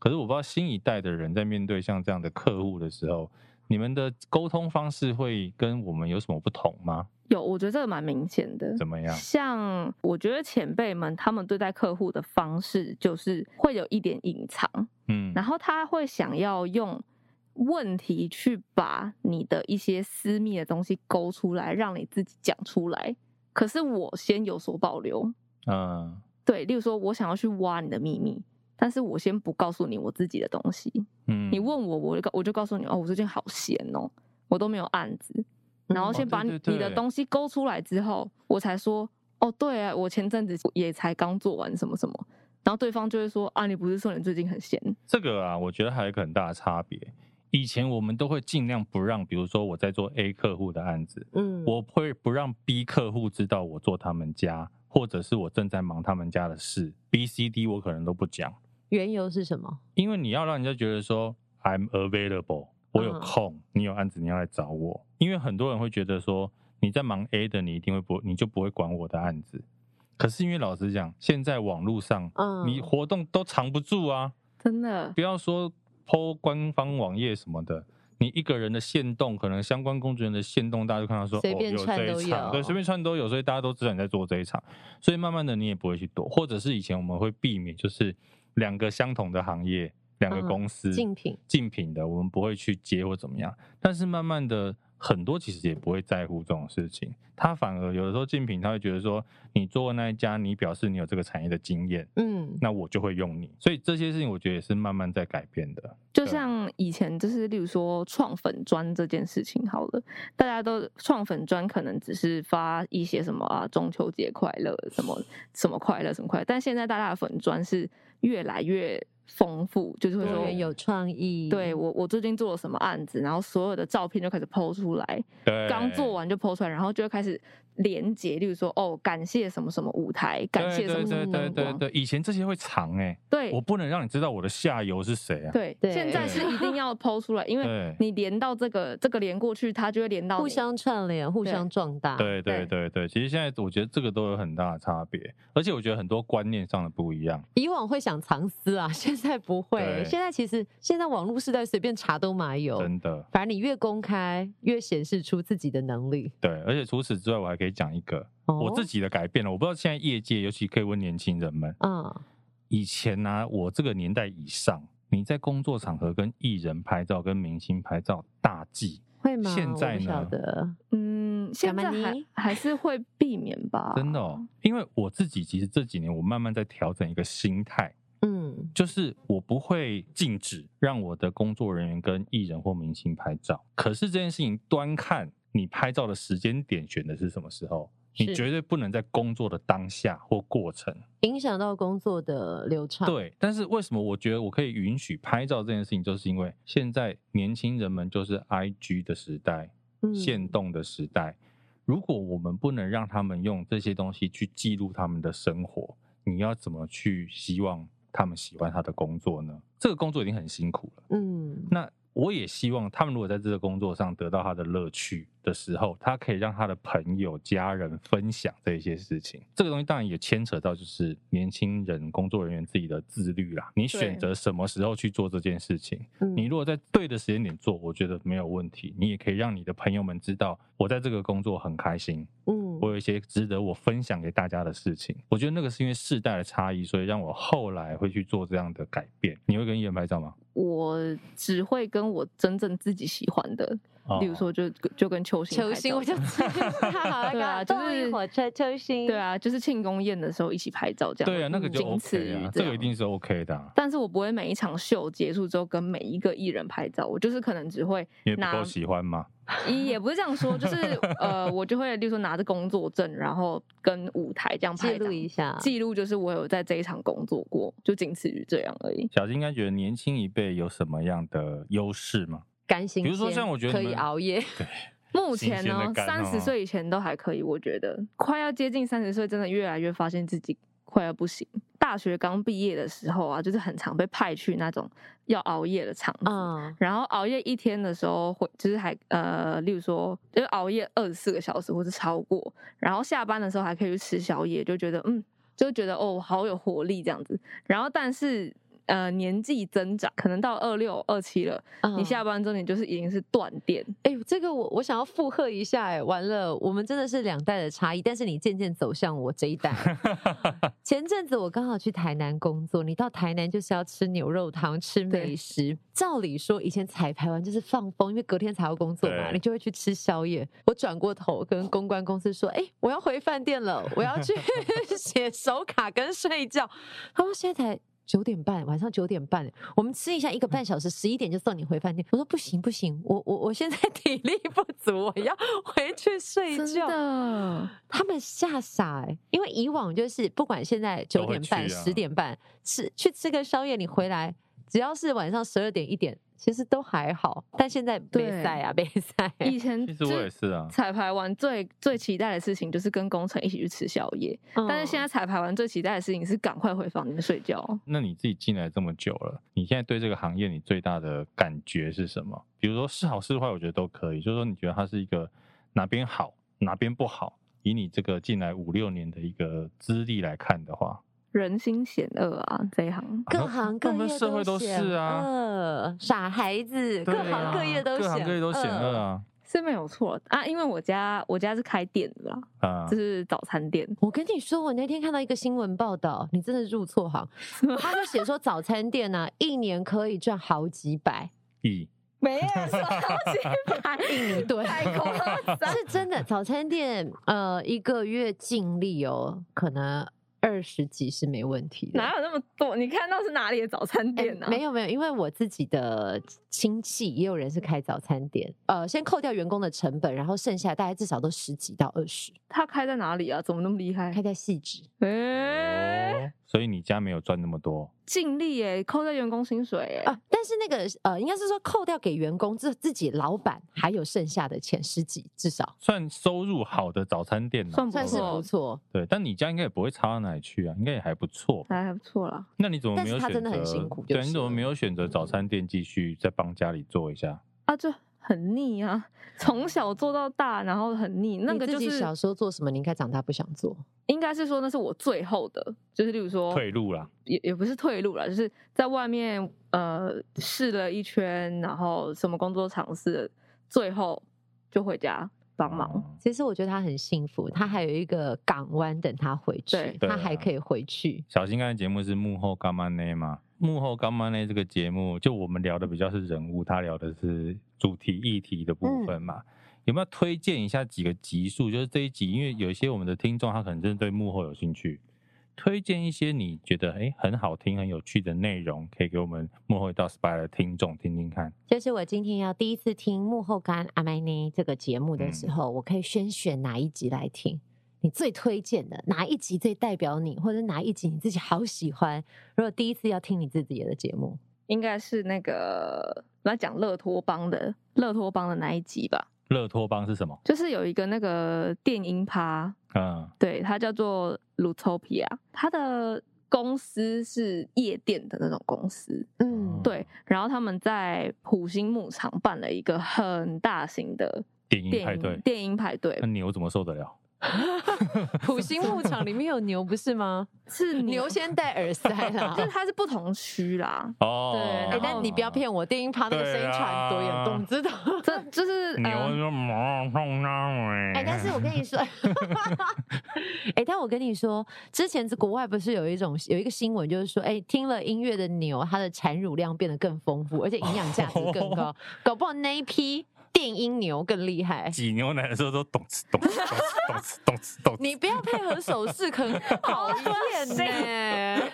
Speaker 2: 可是我不知道新一代的人在面对像这样的客户的时候，你们的沟通方式会跟我们有什么不同吗？
Speaker 4: 有，我觉得这个蛮明显的。
Speaker 2: 怎么样？
Speaker 4: 像我觉得前辈们他们对待客户的方式，就是会有一点隐藏，
Speaker 2: 嗯
Speaker 4: 然后他会想要用问题去把你的一些私密的东西勾出来，让你自己讲出来。可是我先有所保留，
Speaker 2: 嗯
Speaker 4: 对，例如说我想要去挖你的秘密，但是我先不告诉你我自己的东西。
Speaker 2: 嗯，
Speaker 4: 你问我，我就告我就告诉你哦，我最近好闲哦，我都没有案子，然后
Speaker 2: 哦
Speaker 4: 先把
Speaker 2: 对
Speaker 4: 你
Speaker 2: 对
Speaker 4: 你的
Speaker 2: 对
Speaker 4: 东西勾出来之后，我才说哦，对啊，我前阵子也才刚做完什么什么，然后对方就会说啊，你不是说你最近很闲？
Speaker 2: 这个啊，我觉得还有一个很大的差别。以前我们都会尽量不让，比如说我在做 A 客户的案子，
Speaker 3: 嗯，
Speaker 2: 我会不让 B 客户知道我做他们家，或者是我正在忙他们家的事。B、C、D 我可能都不讲，
Speaker 3: 缘由是什么？
Speaker 2: 因为你要让人家觉得说 I'm available，我有
Speaker 3: 嗯
Speaker 2: 空，你有案子你要来找我。因为很多人会觉得说你在忙 A 的，你一定会不，你就不会管我的案子。可是因为老实讲，现在网络上
Speaker 3: 嗯，
Speaker 2: 你活动都藏不住啊，
Speaker 4: 真的
Speaker 2: 不要说 PO 官方网页什么的，你一个人的限动，可能相关工作人员的限动，大家就看到说
Speaker 3: 随便
Speaker 2: 哦，有
Speaker 3: 串
Speaker 2: 这
Speaker 3: 都
Speaker 2: 一场，
Speaker 3: 有
Speaker 2: 对，随便串都有，所以大家都知道你在做这一场，所以慢慢的你也不会去躲，或者是以前我们会避免，就是两个相同的行业，两个
Speaker 3: 嗯
Speaker 2: 公司
Speaker 3: 竞品
Speaker 2: 竞品的，我们不会去接或怎么样，但是慢慢的。很多其实也不会在乎这种事情，他反而有的时候竞品他会觉得说，你做过那一家，你表示你有这个产业的经验，
Speaker 3: 嗯，
Speaker 2: 那我就会用你。所以这些事情我觉得也是慢慢在改变的。
Speaker 4: 就
Speaker 2: 对
Speaker 4: 像以前就是，例如说创粉砖这件事情好了，大家都创粉砖可能只是发一些什么啊中秋节快乐什么什么快乐什么快乐，但现在大家的粉砖是越来越丰富，就是会
Speaker 3: 多
Speaker 4: 说
Speaker 3: 元有创意，
Speaker 4: 对我，我最近做了什么案子，然后所有的照片就开始剖出来，
Speaker 2: 对，
Speaker 4: 刚做完就剖出来，然后就会开始连接，例如说哦，感谢什么什么舞台，感谢
Speaker 2: 对
Speaker 4: 什么什么
Speaker 2: 对对
Speaker 4: 灯
Speaker 2: 对
Speaker 4: 光，
Speaker 2: 对，以前这些会藏哎、
Speaker 4: 对
Speaker 2: 我不能让你知道我的下游是谁啊。
Speaker 4: 对
Speaker 3: 对
Speaker 4: 现在是一定要剖出来，因为
Speaker 2: 对
Speaker 4: 你连到这个这个连过去，它就会连到
Speaker 3: 互
Speaker 4: 你
Speaker 3: 相串联，互
Speaker 4: 对
Speaker 3: 相壮大，
Speaker 2: 对对对对，其实现在我觉得这个都有很大的差别，而且我觉得很多观念上的不一样。
Speaker 3: 以往会想藏私啊，现 在不会
Speaker 2: 对，
Speaker 3: 现在其实现在网络时代随便查都买有，
Speaker 2: 真的。
Speaker 3: 反正你越公开，越显示出自己的能力。
Speaker 2: 对，而且除此之外，我还可以讲一个
Speaker 3: 哦
Speaker 2: 我自，己的改变了。我不知道现在业界，尤其可以问年轻人们，
Speaker 3: 嗯，
Speaker 2: 以前呢、我这个年代以上，你在工作场合跟艺人拍照、跟明星拍照大忌，
Speaker 3: 会吗？
Speaker 2: 现在
Speaker 3: 我不晓
Speaker 2: 呢
Speaker 3: 得，
Speaker 4: 嗯，现在
Speaker 3: 干嘛
Speaker 4: 还
Speaker 3: 呢
Speaker 4: 还是会避免吧，
Speaker 2: 真的、哦。因为我自己其实这几年我慢慢在调整一个心态，
Speaker 3: 嗯，
Speaker 2: 就是我不会禁止让我的工作人员跟艺人或明星拍照，可是这件事情端看你拍照的时间点选的是什么时候，
Speaker 3: 是嗯
Speaker 2: 你绝对不能在工作的当下或过程。
Speaker 3: 影响到工作的流畅。，
Speaker 2: 对，但是为什么我觉得我可以允许拍照这件事情，就是因为现在年轻人们就是 I G 的时代，
Speaker 3: 嗯
Speaker 2: 限动的时代。如果我们不能让他们用这些东西去记录他们的生活，你要怎么去希望他们喜欢他的工作呢？这个工作已经很辛苦了。
Speaker 3: 嗯，
Speaker 2: 那我也希望他们如果在这个工作上得到他的乐趣的时候，他可以让他的朋友、家人分享这些事情。这个东西当然也牵扯到就是年轻人、工作人员自己的自律啦。你选择什么时候去做这件事情，
Speaker 3: 嗯
Speaker 2: 你如果在对的时间点做，我觉得没有问题。你也可以让你的朋友们知道，我在这个工作很开心，
Speaker 3: 嗯
Speaker 2: 我有一些值得我分享给大家的事情。我觉得那个是因为世代的差异，所以让我后来会去做这样的改变。你会跟艺人拍照吗？
Speaker 4: 我只会跟我真正自己喜欢的，
Speaker 2: 哦
Speaker 4: 比如说就就跟球星拍
Speaker 3: 球
Speaker 4: 照，
Speaker 3: 星我就知道，
Speaker 4: 对啊就是
Speaker 3: 火车球星，
Speaker 4: 对，啊，就是庆功宴的时候一起拍照这样，
Speaker 2: 对啊，那
Speaker 3: 嗯
Speaker 2: 个就
Speaker 4: 仅此
Speaker 2: OK 啊
Speaker 4: 于，
Speaker 2: 这个
Speaker 4: 样
Speaker 2: 一定是 OK 的、啊，
Speaker 4: 但是我不会每一场秀结束之后跟每一个艺人拍照，我就是可能只会
Speaker 2: 因为不
Speaker 4: 拿
Speaker 2: 够喜欢嘛。
Speaker 4: 也不是这样说，就是呃，我就会，例如说拿着工作证，然后跟舞台这样
Speaker 3: 记
Speaker 4: 拍
Speaker 3: 录一
Speaker 4: 下，
Speaker 3: 下，
Speaker 2: 啊
Speaker 4: 记录就是我有在这一场工作过，就仅此于这样而已。
Speaker 2: 小金应该觉得年轻一辈有什么样的优势吗？
Speaker 3: 甘心。
Speaker 2: 比如说像我觉得
Speaker 3: 可
Speaker 2: 你
Speaker 3: 以
Speaker 2: 们
Speaker 3: 熬 夜，
Speaker 4: 目前
Speaker 2: 新鲜
Speaker 4: 呢
Speaker 2: 的，感
Speaker 4: 三
Speaker 2: 哦
Speaker 4: 十岁以前都还可以，我觉得快要接近三十岁，真的越来越发现自己快要不行。大学刚毕业的时候啊，就是很常被派去那种要熬夜的场子，
Speaker 3: 嗯，
Speaker 4: 然后熬夜一天的时候会就是还呃，例如说就是熬夜二十四个小时或是超过，然后下班的时候还可以去吃宵夜，就觉得嗯，就觉得哦好有活力这样子。然后但是呃年纪增长，可能到二六二七了，你
Speaker 3: 嗯
Speaker 4: 下班之后你就是已经是断电，
Speaker 3: 哎、这个我我想要附和一下、哎，完了，我们真的是两代的差异，但是你渐渐走向我这一代。前阵子我刚好去台南工作，你到台南就是要吃牛肉汤、吃美
Speaker 4: 对
Speaker 3: 食。照理说，以前彩排完就是放风，因为隔天才要工作嘛，
Speaker 2: 对
Speaker 3: 你就会去吃宵夜。我转过头跟公关公司说：“哎、我要回饭店了，我要去 写手卡跟睡觉。”他说：“现在才。”九点半，晚上九点半，我们吃一下一个半小时，十一点就送你回饭店。我说不行不行，我我我现在 体力不足，我要回去睡觉。
Speaker 4: 的。
Speaker 3: 他们吓傻哎、因为以往就是不管现在九
Speaker 2: 都会
Speaker 3: 点半、
Speaker 2: 去啊
Speaker 3: 十、点半吃去吃个宵夜，你回来只要是晚上十二点一点，其实都还好。但现在没
Speaker 4: 对
Speaker 3: 赛啊，没赛、
Speaker 4: 以前
Speaker 2: 其实我也
Speaker 4: 就是
Speaker 2: 啊，
Speaker 4: 彩排完最最期待的事情就是跟工程一起去吃宵夜，
Speaker 3: 嗯
Speaker 4: 但
Speaker 2: 啊
Speaker 4: 是现在彩排完最期待的事情是赶快回房间睡觉。
Speaker 2: 那你自己进来这么久了，你现在对这个行业你最大的感觉是什么？比如说是好是坏，我觉得都可以。就是说你觉得它是一个哪边好，哪边不好？以你这个进来五六年的一个资历来看的话，
Speaker 4: 人心险恶啊，这一行
Speaker 3: 各行各
Speaker 2: 我
Speaker 3: 业
Speaker 2: 们社会都
Speaker 3: 险
Speaker 2: 是啊
Speaker 3: 恶傻孩子，各
Speaker 2: 对
Speaker 3: 行
Speaker 2: 啊
Speaker 3: 各业都嗯呃
Speaker 2: 各行各业都险恶啊
Speaker 4: 是没有错啊，因为我家我家是开店的啦，
Speaker 2: 啊
Speaker 4: 就！是早餐店，
Speaker 3: 我跟你说，我那天看到一个新闻报道，你真的入错 行。他就写说，早餐店呢、一年可以赚好几 百，
Speaker 2: 以
Speaker 4: 没有说 印尼
Speaker 3: 对
Speaker 4: 太夸张，
Speaker 3: 是真的。早餐店呃，一个月净利哦，可能二十几是没问题的。
Speaker 4: 哪有那么多？你看到是哪里的早餐
Speaker 3: 哎
Speaker 4: 店呢、啊
Speaker 3: 没有没有，因为我自己的亲戚也有人是开早餐店，呃，先扣掉员工的成本，然后剩下大概至少都十几到二十，
Speaker 4: 他开在哪里啊？怎么那么厉害
Speaker 3: 开？在细致。
Speaker 4: 哎、
Speaker 2: 哦，所以你家没有赚那么多，
Speaker 4: 净利哎、扣在员工薪水哎、
Speaker 3: 啊，但是那个呃，应该是说扣掉给员工，自自己老板还有剩下的钱十几，至少
Speaker 2: 算收入好的早餐店啦
Speaker 4: 算不
Speaker 3: 算是
Speaker 4: 错
Speaker 3: 不错。
Speaker 2: 对，但你家应该也不会差到哪里去啊，应该也还不错吧。
Speaker 4: 还还不错啦。
Speaker 2: 那你怎么没有
Speaker 3: 但
Speaker 2: 选择？
Speaker 3: 是他真的很辛苦就是
Speaker 2: 对，你怎么没有选择早餐店继续再帮家里做一下？
Speaker 4: 啊，就很腻啊，从小做到大，然后很腻。那个
Speaker 3: 你
Speaker 4: 就
Speaker 3: 自己
Speaker 4: 是
Speaker 3: 小时候做什么，你应该长大不想做。
Speaker 4: 应该是说那是我最后的，就是例如说
Speaker 2: 退路啦，
Speaker 4: 也也不是退路了，就是在外面呃试了一圈，然后什么工作尝试，最后就回家帮忙。
Speaker 2: 哦
Speaker 3: 其实我觉得他很幸福，他还有一个港湾等他回去
Speaker 4: 对，
Speaker 2: 对啊
Speaker 3: 他还可以回去。
Speaker 2: 小新刚才节目是幕后干嘛呢嘛？幕后干嘛呢这个节目，就我们聊的比较是人物，他聊的是主题议题的部分
Speaker 4: 嗯
Speaker 2: 嘛。有没有推荐一下几个集数？就是这一集，因为有一些我们的听众他可能真的对幕后有兴趣，推荐一些你觉得哎、诶很好听、很有趣的内容，可以给我们幕后一道 spy 的听众听听看。
Speaker 3: 就是我今天要第一次听幕后干阿麦内这个节目的
Speaker 2: 嗯
Speaker 3: 时候，我可以先选哪一集来听。你最推荐的哪一集最代表你，或者哪一集你自己好喜欢？如果第一次要听你自己的节目，
Speaker 4: 应该是那个来讲乐托邦的乐托邦的那一集吧，
Speaker 2: 乐托邦是什么？
Speaker 4: 就是有一个那个电音趴，
Speaker 2: 嗯，
Speaker 4: 对，它叫做 Lutopia，它的公司是夜店的那种公司，
Speaker 2: 哦
Speaker 3: 嗯，
Speaker 4: 对，然后他们在普星牧场办了一个很大型的
Speaker 2: 电音
Speaker 4: 电
Speaker 2: 派对
Speaker 4: 音，电音派对
Speaker 2: 那，牛怎么受得了？
Speaker 3: 普星牧场里面有牛不是 吗？
Speaker 4: 是
Speaker 3: 牛先戴耳塞 啦
Speaker 4: 就。是它是不同区啦，
Speaker 2: 哦，
Speaker 4: 对
Speaker 3: 哎、
Speaker 4: 然后
Speaker 3: 但你不要骗我，电音趴那个声音传多
Speaker 2: 对啊
Speaker 3: 远，懂知道？
Speaker 4: 这就是
Speaker 2: 牛
Speaker 4: 呃
Speaker 2: 说毛冲浪
Speaker 3: 哎、但是我跟你说， 哎、但我跟你说，之前在国外不是有一种有一个新闻，就是说，哎、听了音乐的牛，它的产乳量变得更丰富，而且营养价值更
Speaker 2: 哦
Speaker 3: 高，搞不好那一批电音牛更厉害。
Speaker 2: 挤牛奶的时候都咚哧 咚哧咚哧咚哧咚哧咚哧。
Speaker 3: 你不要配合手势，很 讨厌呢。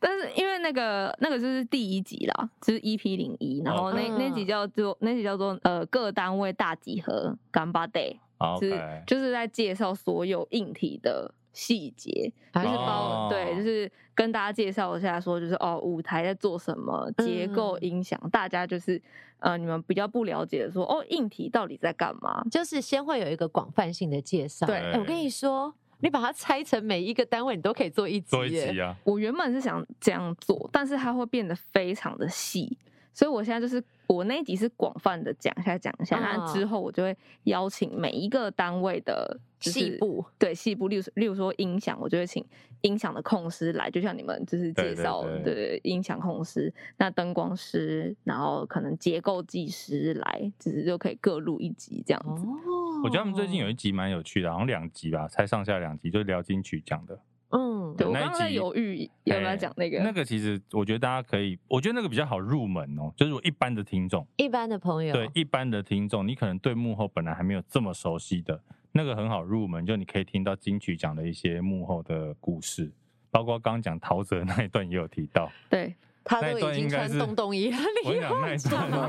Speaker 4: 但是因为那个那个就是第一集啦，就是 EP 零一，然后那、
Speaker 3: 嗯
Speaker 4: 那集叫做那集叫做呃各单位大集合 Gamba Day，
Speaker 2: 好
Speaker 4: 就是、
Speaker 2: ，OK，
Speaker 4: 就是在介绍所有硬体的细节，
Speaker 3: 还
Speaker 4: 就是是
Speaker 3: 包
Speaker 4: 包、
Speaker 2: 哦
Speaker 4: 对，就是跟大家介绍一下，说就是哦舞台在做什么，结构
Speaker 3: 嗯
Speaker 4: 音响，大家就是呃你们比较不了解的说哦硬体到底在干嘛，
Speaker 3: 就是先会有一个广泛性的介绍。
Speaker 4: 对
Speaker 3: 哎我跟你说，你把它拆成每一个单位，你都可以做一集。
Speaker 2: 做一集啊，
Speaker 4: 我原本是想这样做，但是它会变得非常的细，所以我现在就是我那一集是广泛的讲一下讲一下，
Speaker 3: 嗯
Speaker 4: 然后之后我就会邀请每一个单位的、就是
Speaker 3: 细部，
Speaker 4: 对细部，例如例如说音响，我就会请音响的控师来，就像你们就是介绍
Speaker 2: 对对对
Speaker 4: 对音响控师，那灯光师，然后可能结构技师来，就是就可以各录一集这样子。
Speaker 3: 哦
Speaker 2: 我觉得他们最近有一集蛮有趣的，好像两集吧，才上下两集，就聊金曲奖的
Speaker 3: 嗯，
Speaker 4: 对我
Speaker 2: 那一
Speaker 4: 刚刚在
Speaker 2: 集
Speaker 4: 犹豫要不要
Speaker 2: 哎
Speaker 4: 讲那个，
Speaker 2: 那个其实我觉得大家可以，我觉得那个比较好入门哦，就是我一般的听众，
Speaker 3: 一般的朋友
Speaker 2: 对一般的听众，你可能对幕后本来还没有这么熟悉的，那个很好入门，就你可以听到金曲奖的一些幕后的故事，包括刚刚讲陶喆那一段也有提到，
Speaker 4: 对。
Speaker 3: 他
Speaker 2: 那
Speaker 3: 都
Speaker 2: 一段
Speaker 3: 已经
Speaker 2: 应该
Speaker 3: 穿
Speaker 2: 是
Speaker 3: 洞洞衣了，
Speaker 2: 我跟
Speaker 3: 你
Speaker 2: 你讲那一段应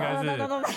Speaker 2: 该是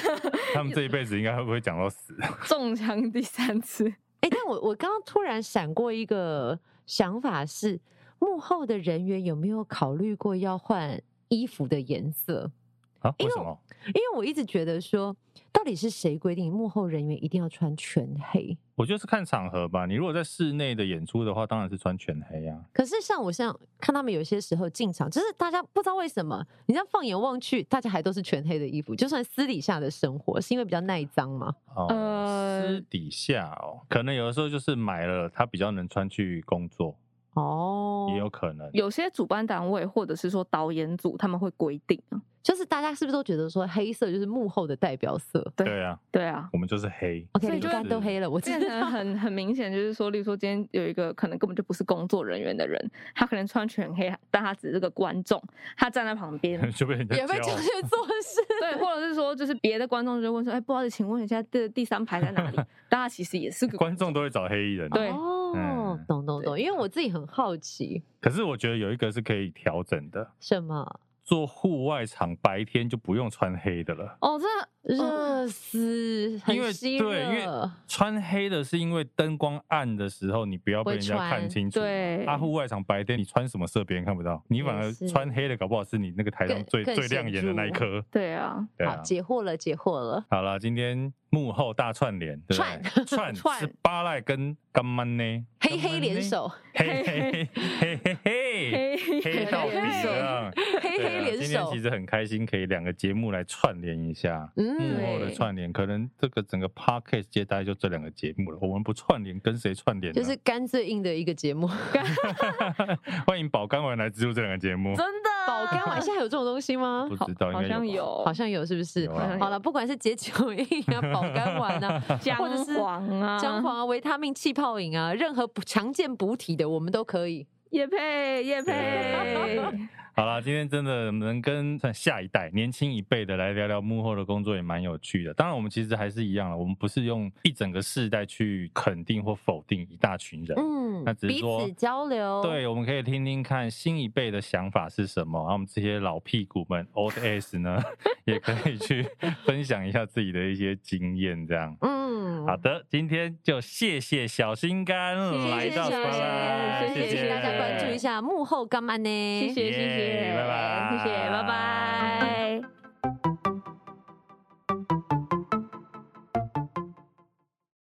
Speaker 2: 他们这一辈子应该会不会讲到死？啊
Speaker 4: 中枪第三次，
Speaker 3: 哎、但我我刚刚突然闪过一个想法是，幕后的人员有没有考虑过要换衣服的颜色？
Speaker 2: 啊？
Speaker 3: 因
Speaker 2: 为
Speaker 3: 为
Speaker 2: 什么？
Speaker 3: 因为我一直觉得说，到底是谁规定幕后人员一定要穿全黑？
Speaker 2: 我就是看场合吧。你如果在室内的演出的话，当然是穿全黑啊。
Speaker 3: 可是像我像看他们有些时候进场，就是大家不知道为什么，你这样放眼望去，大家还都是全黑的衣服，就算私底下的生活，是因为比较耐脏吗？
Speaker 2: 哦，
Speaker 4: 呃
Speaker 2: 私底下哦，可能有的时候就是买了，他比较能穿去工作，
Speaker 3: 哦，
Speaker 2: 也有可能。
Speaker 4: 有些主办单位或者是说导演组他们会规定啊，
Speaker 3: 就是大家是不是都觉得说黑色就是幕后的代表色
Speaker 4: 对
Speaker 2: 对啊，
Speaker 4: 对啊，
Speaker 2: 我们就是黑。，
Speaker 3: ？OK，
Speaker 4: 所以
Speaker 3: 你
Speaker 4: 就
Speaker 3: 看都黑了，我
Speaker 4: 变
Speaker 3: 真
Speaker 4: 成
Speaker 3: 的
Speaker 4: 很很明显，就是说，例如说今天有一个可能根本就不是工作人员的人，他可能穿全黑，但他只是个观众，他站在旁边
Speaker 2: 就被人家
Speaker 3: 哦也被
Speaker 2: 叫
Speaker 3: 教学做 事。
Speaker 4: 对，或者是说就是别的观众就会问说，哎，不好意思，请问一下这第三排在哪里？但他其实也是个
Speaker 2: 观众都会找黑衣人。啊
Speaker 4: 对
Speaker 3: 哦
Speaker 2: 嗯，
Speaker 3: 懂懂懂，
Speaker 4: 对
Speaker 3: 因为我自己很好奇，
Speaker 2: 可是我觉得有一个是可以调整的，
Speaker 3: 什么
Speaker 2: 做户外场白天就不用穿黑的了。
Speaker 4: 哦，真的
Speaker 3: 热死，
Speaker 2: 因为
Speaker 3: 很吸热，
Speaker 2: 对，因为穿黑的是因为灯光暗的时候，你不要被人家
Speaker 3: 不会穿
Speaker 2: 看清楚嘛。
Speaker 4: 对
Speaker 2: 啊，户外场白天你穿什么色，别人看不到，你反
Speaker 3: 也
Speaker 2: 而
Speaker 3: 是
Speaker 2: 穿黑的，搞不好是你那个台上
Speaker 3: 更
Speaker 2: 最
Speaker 3: 更
Speaker 2: 最亮眼的那一
Speaker 3: 显著
Speaker 2: 颗。
Speaker 4: 对啊，
Speaker 2: 对
Speaker 3: 好
Speaker 2: 啊，
Speaker 3: 解惑了，解惑了。
Speaker 2: 好了，今天幕后大串联，对不 对串
Speaker 4: 串
Speaker 2: 十八赖跟干曼呢，
Speaker 3: 黑 黑联手，
Speaker 2: 干妈呢，嘿嘿嘿嘿嘿嘿。
Speaker 4: 嘿
Speaker 2: 黑到底
Speaker 3: 嘿
Speaker 2: 这样，
Speaker 3: 黑可以联
Speaker 2: 啊今天
Speaker 3: 手嗯
Speaker 2: 其。实很开心，可以两个节目来串联一下。幕
Speaker 3: 嗯，
Speaker 2: 后的
Speaker 4: 对
Speaker 2: 串联，可能这个整个 podcast 接待就这两个节目了。我们不串联，跟谁串联呢？
Speaker 3: 就是干最硬的一个节 目，
Speaker 2: 欢迎宝干完来资助这两个节目。
Speaker 4: 真的
Speaker 3: 保肝丸现在有这种东西吗？
Speaker 2: 不知道，应
Speaker 4: 好
Speaker 2: 该
Speaker 4: 像
Speaker 2: 有吧。
Speaker 4: 有，
Speaker 3: 好像有，是不是？
Speaker 2: 有啊
Speaker 3: 好了，不管是解酒印啊、保肝丸 啊，
Speaker 4: 姜
Speaker 3: 或者是
Speaker 4: 黄啊，
Speaker 3: 姜黄啊、维他命气泡饮啊，任何补强健补体的，我们都可以。
Speaker 4: 叶佩叶佩，
Speaker 2: 好啦，今天真的能跟下一代年轻一辈的来聊聊幕后的工作也蛮有趣的。当然，我们其实还是一样了，我们不是用一整个世代去肯定或否定一大群人。
Speaker 3: 嗯
Speaker 2: 那只是
Speaker 3: 彼
Speaker 2: 说
Speaker 3: 此交流。，
Speaker 2: 对，我们可以听听看新一辈的想法是什么，然后我们这些老屁股们 old ass 呢，也可以 去分享一下自己的一些经验，这样。
Speaker 3: 嗯，
Speaker 2: 好的，今天就谢谢小心肝来到
Speaker 3: 谢谢
Speaker 2: Spotlight，
Speaker 3: 谢谢
Speaker 4: 谢谢
Speaker 3: 大家关注一下幕后干嘛呢？
Speaker 4: 谢谢谢谢，
Speaker 2: 耶拜拜
Speaker 4: 谢谢拜拜。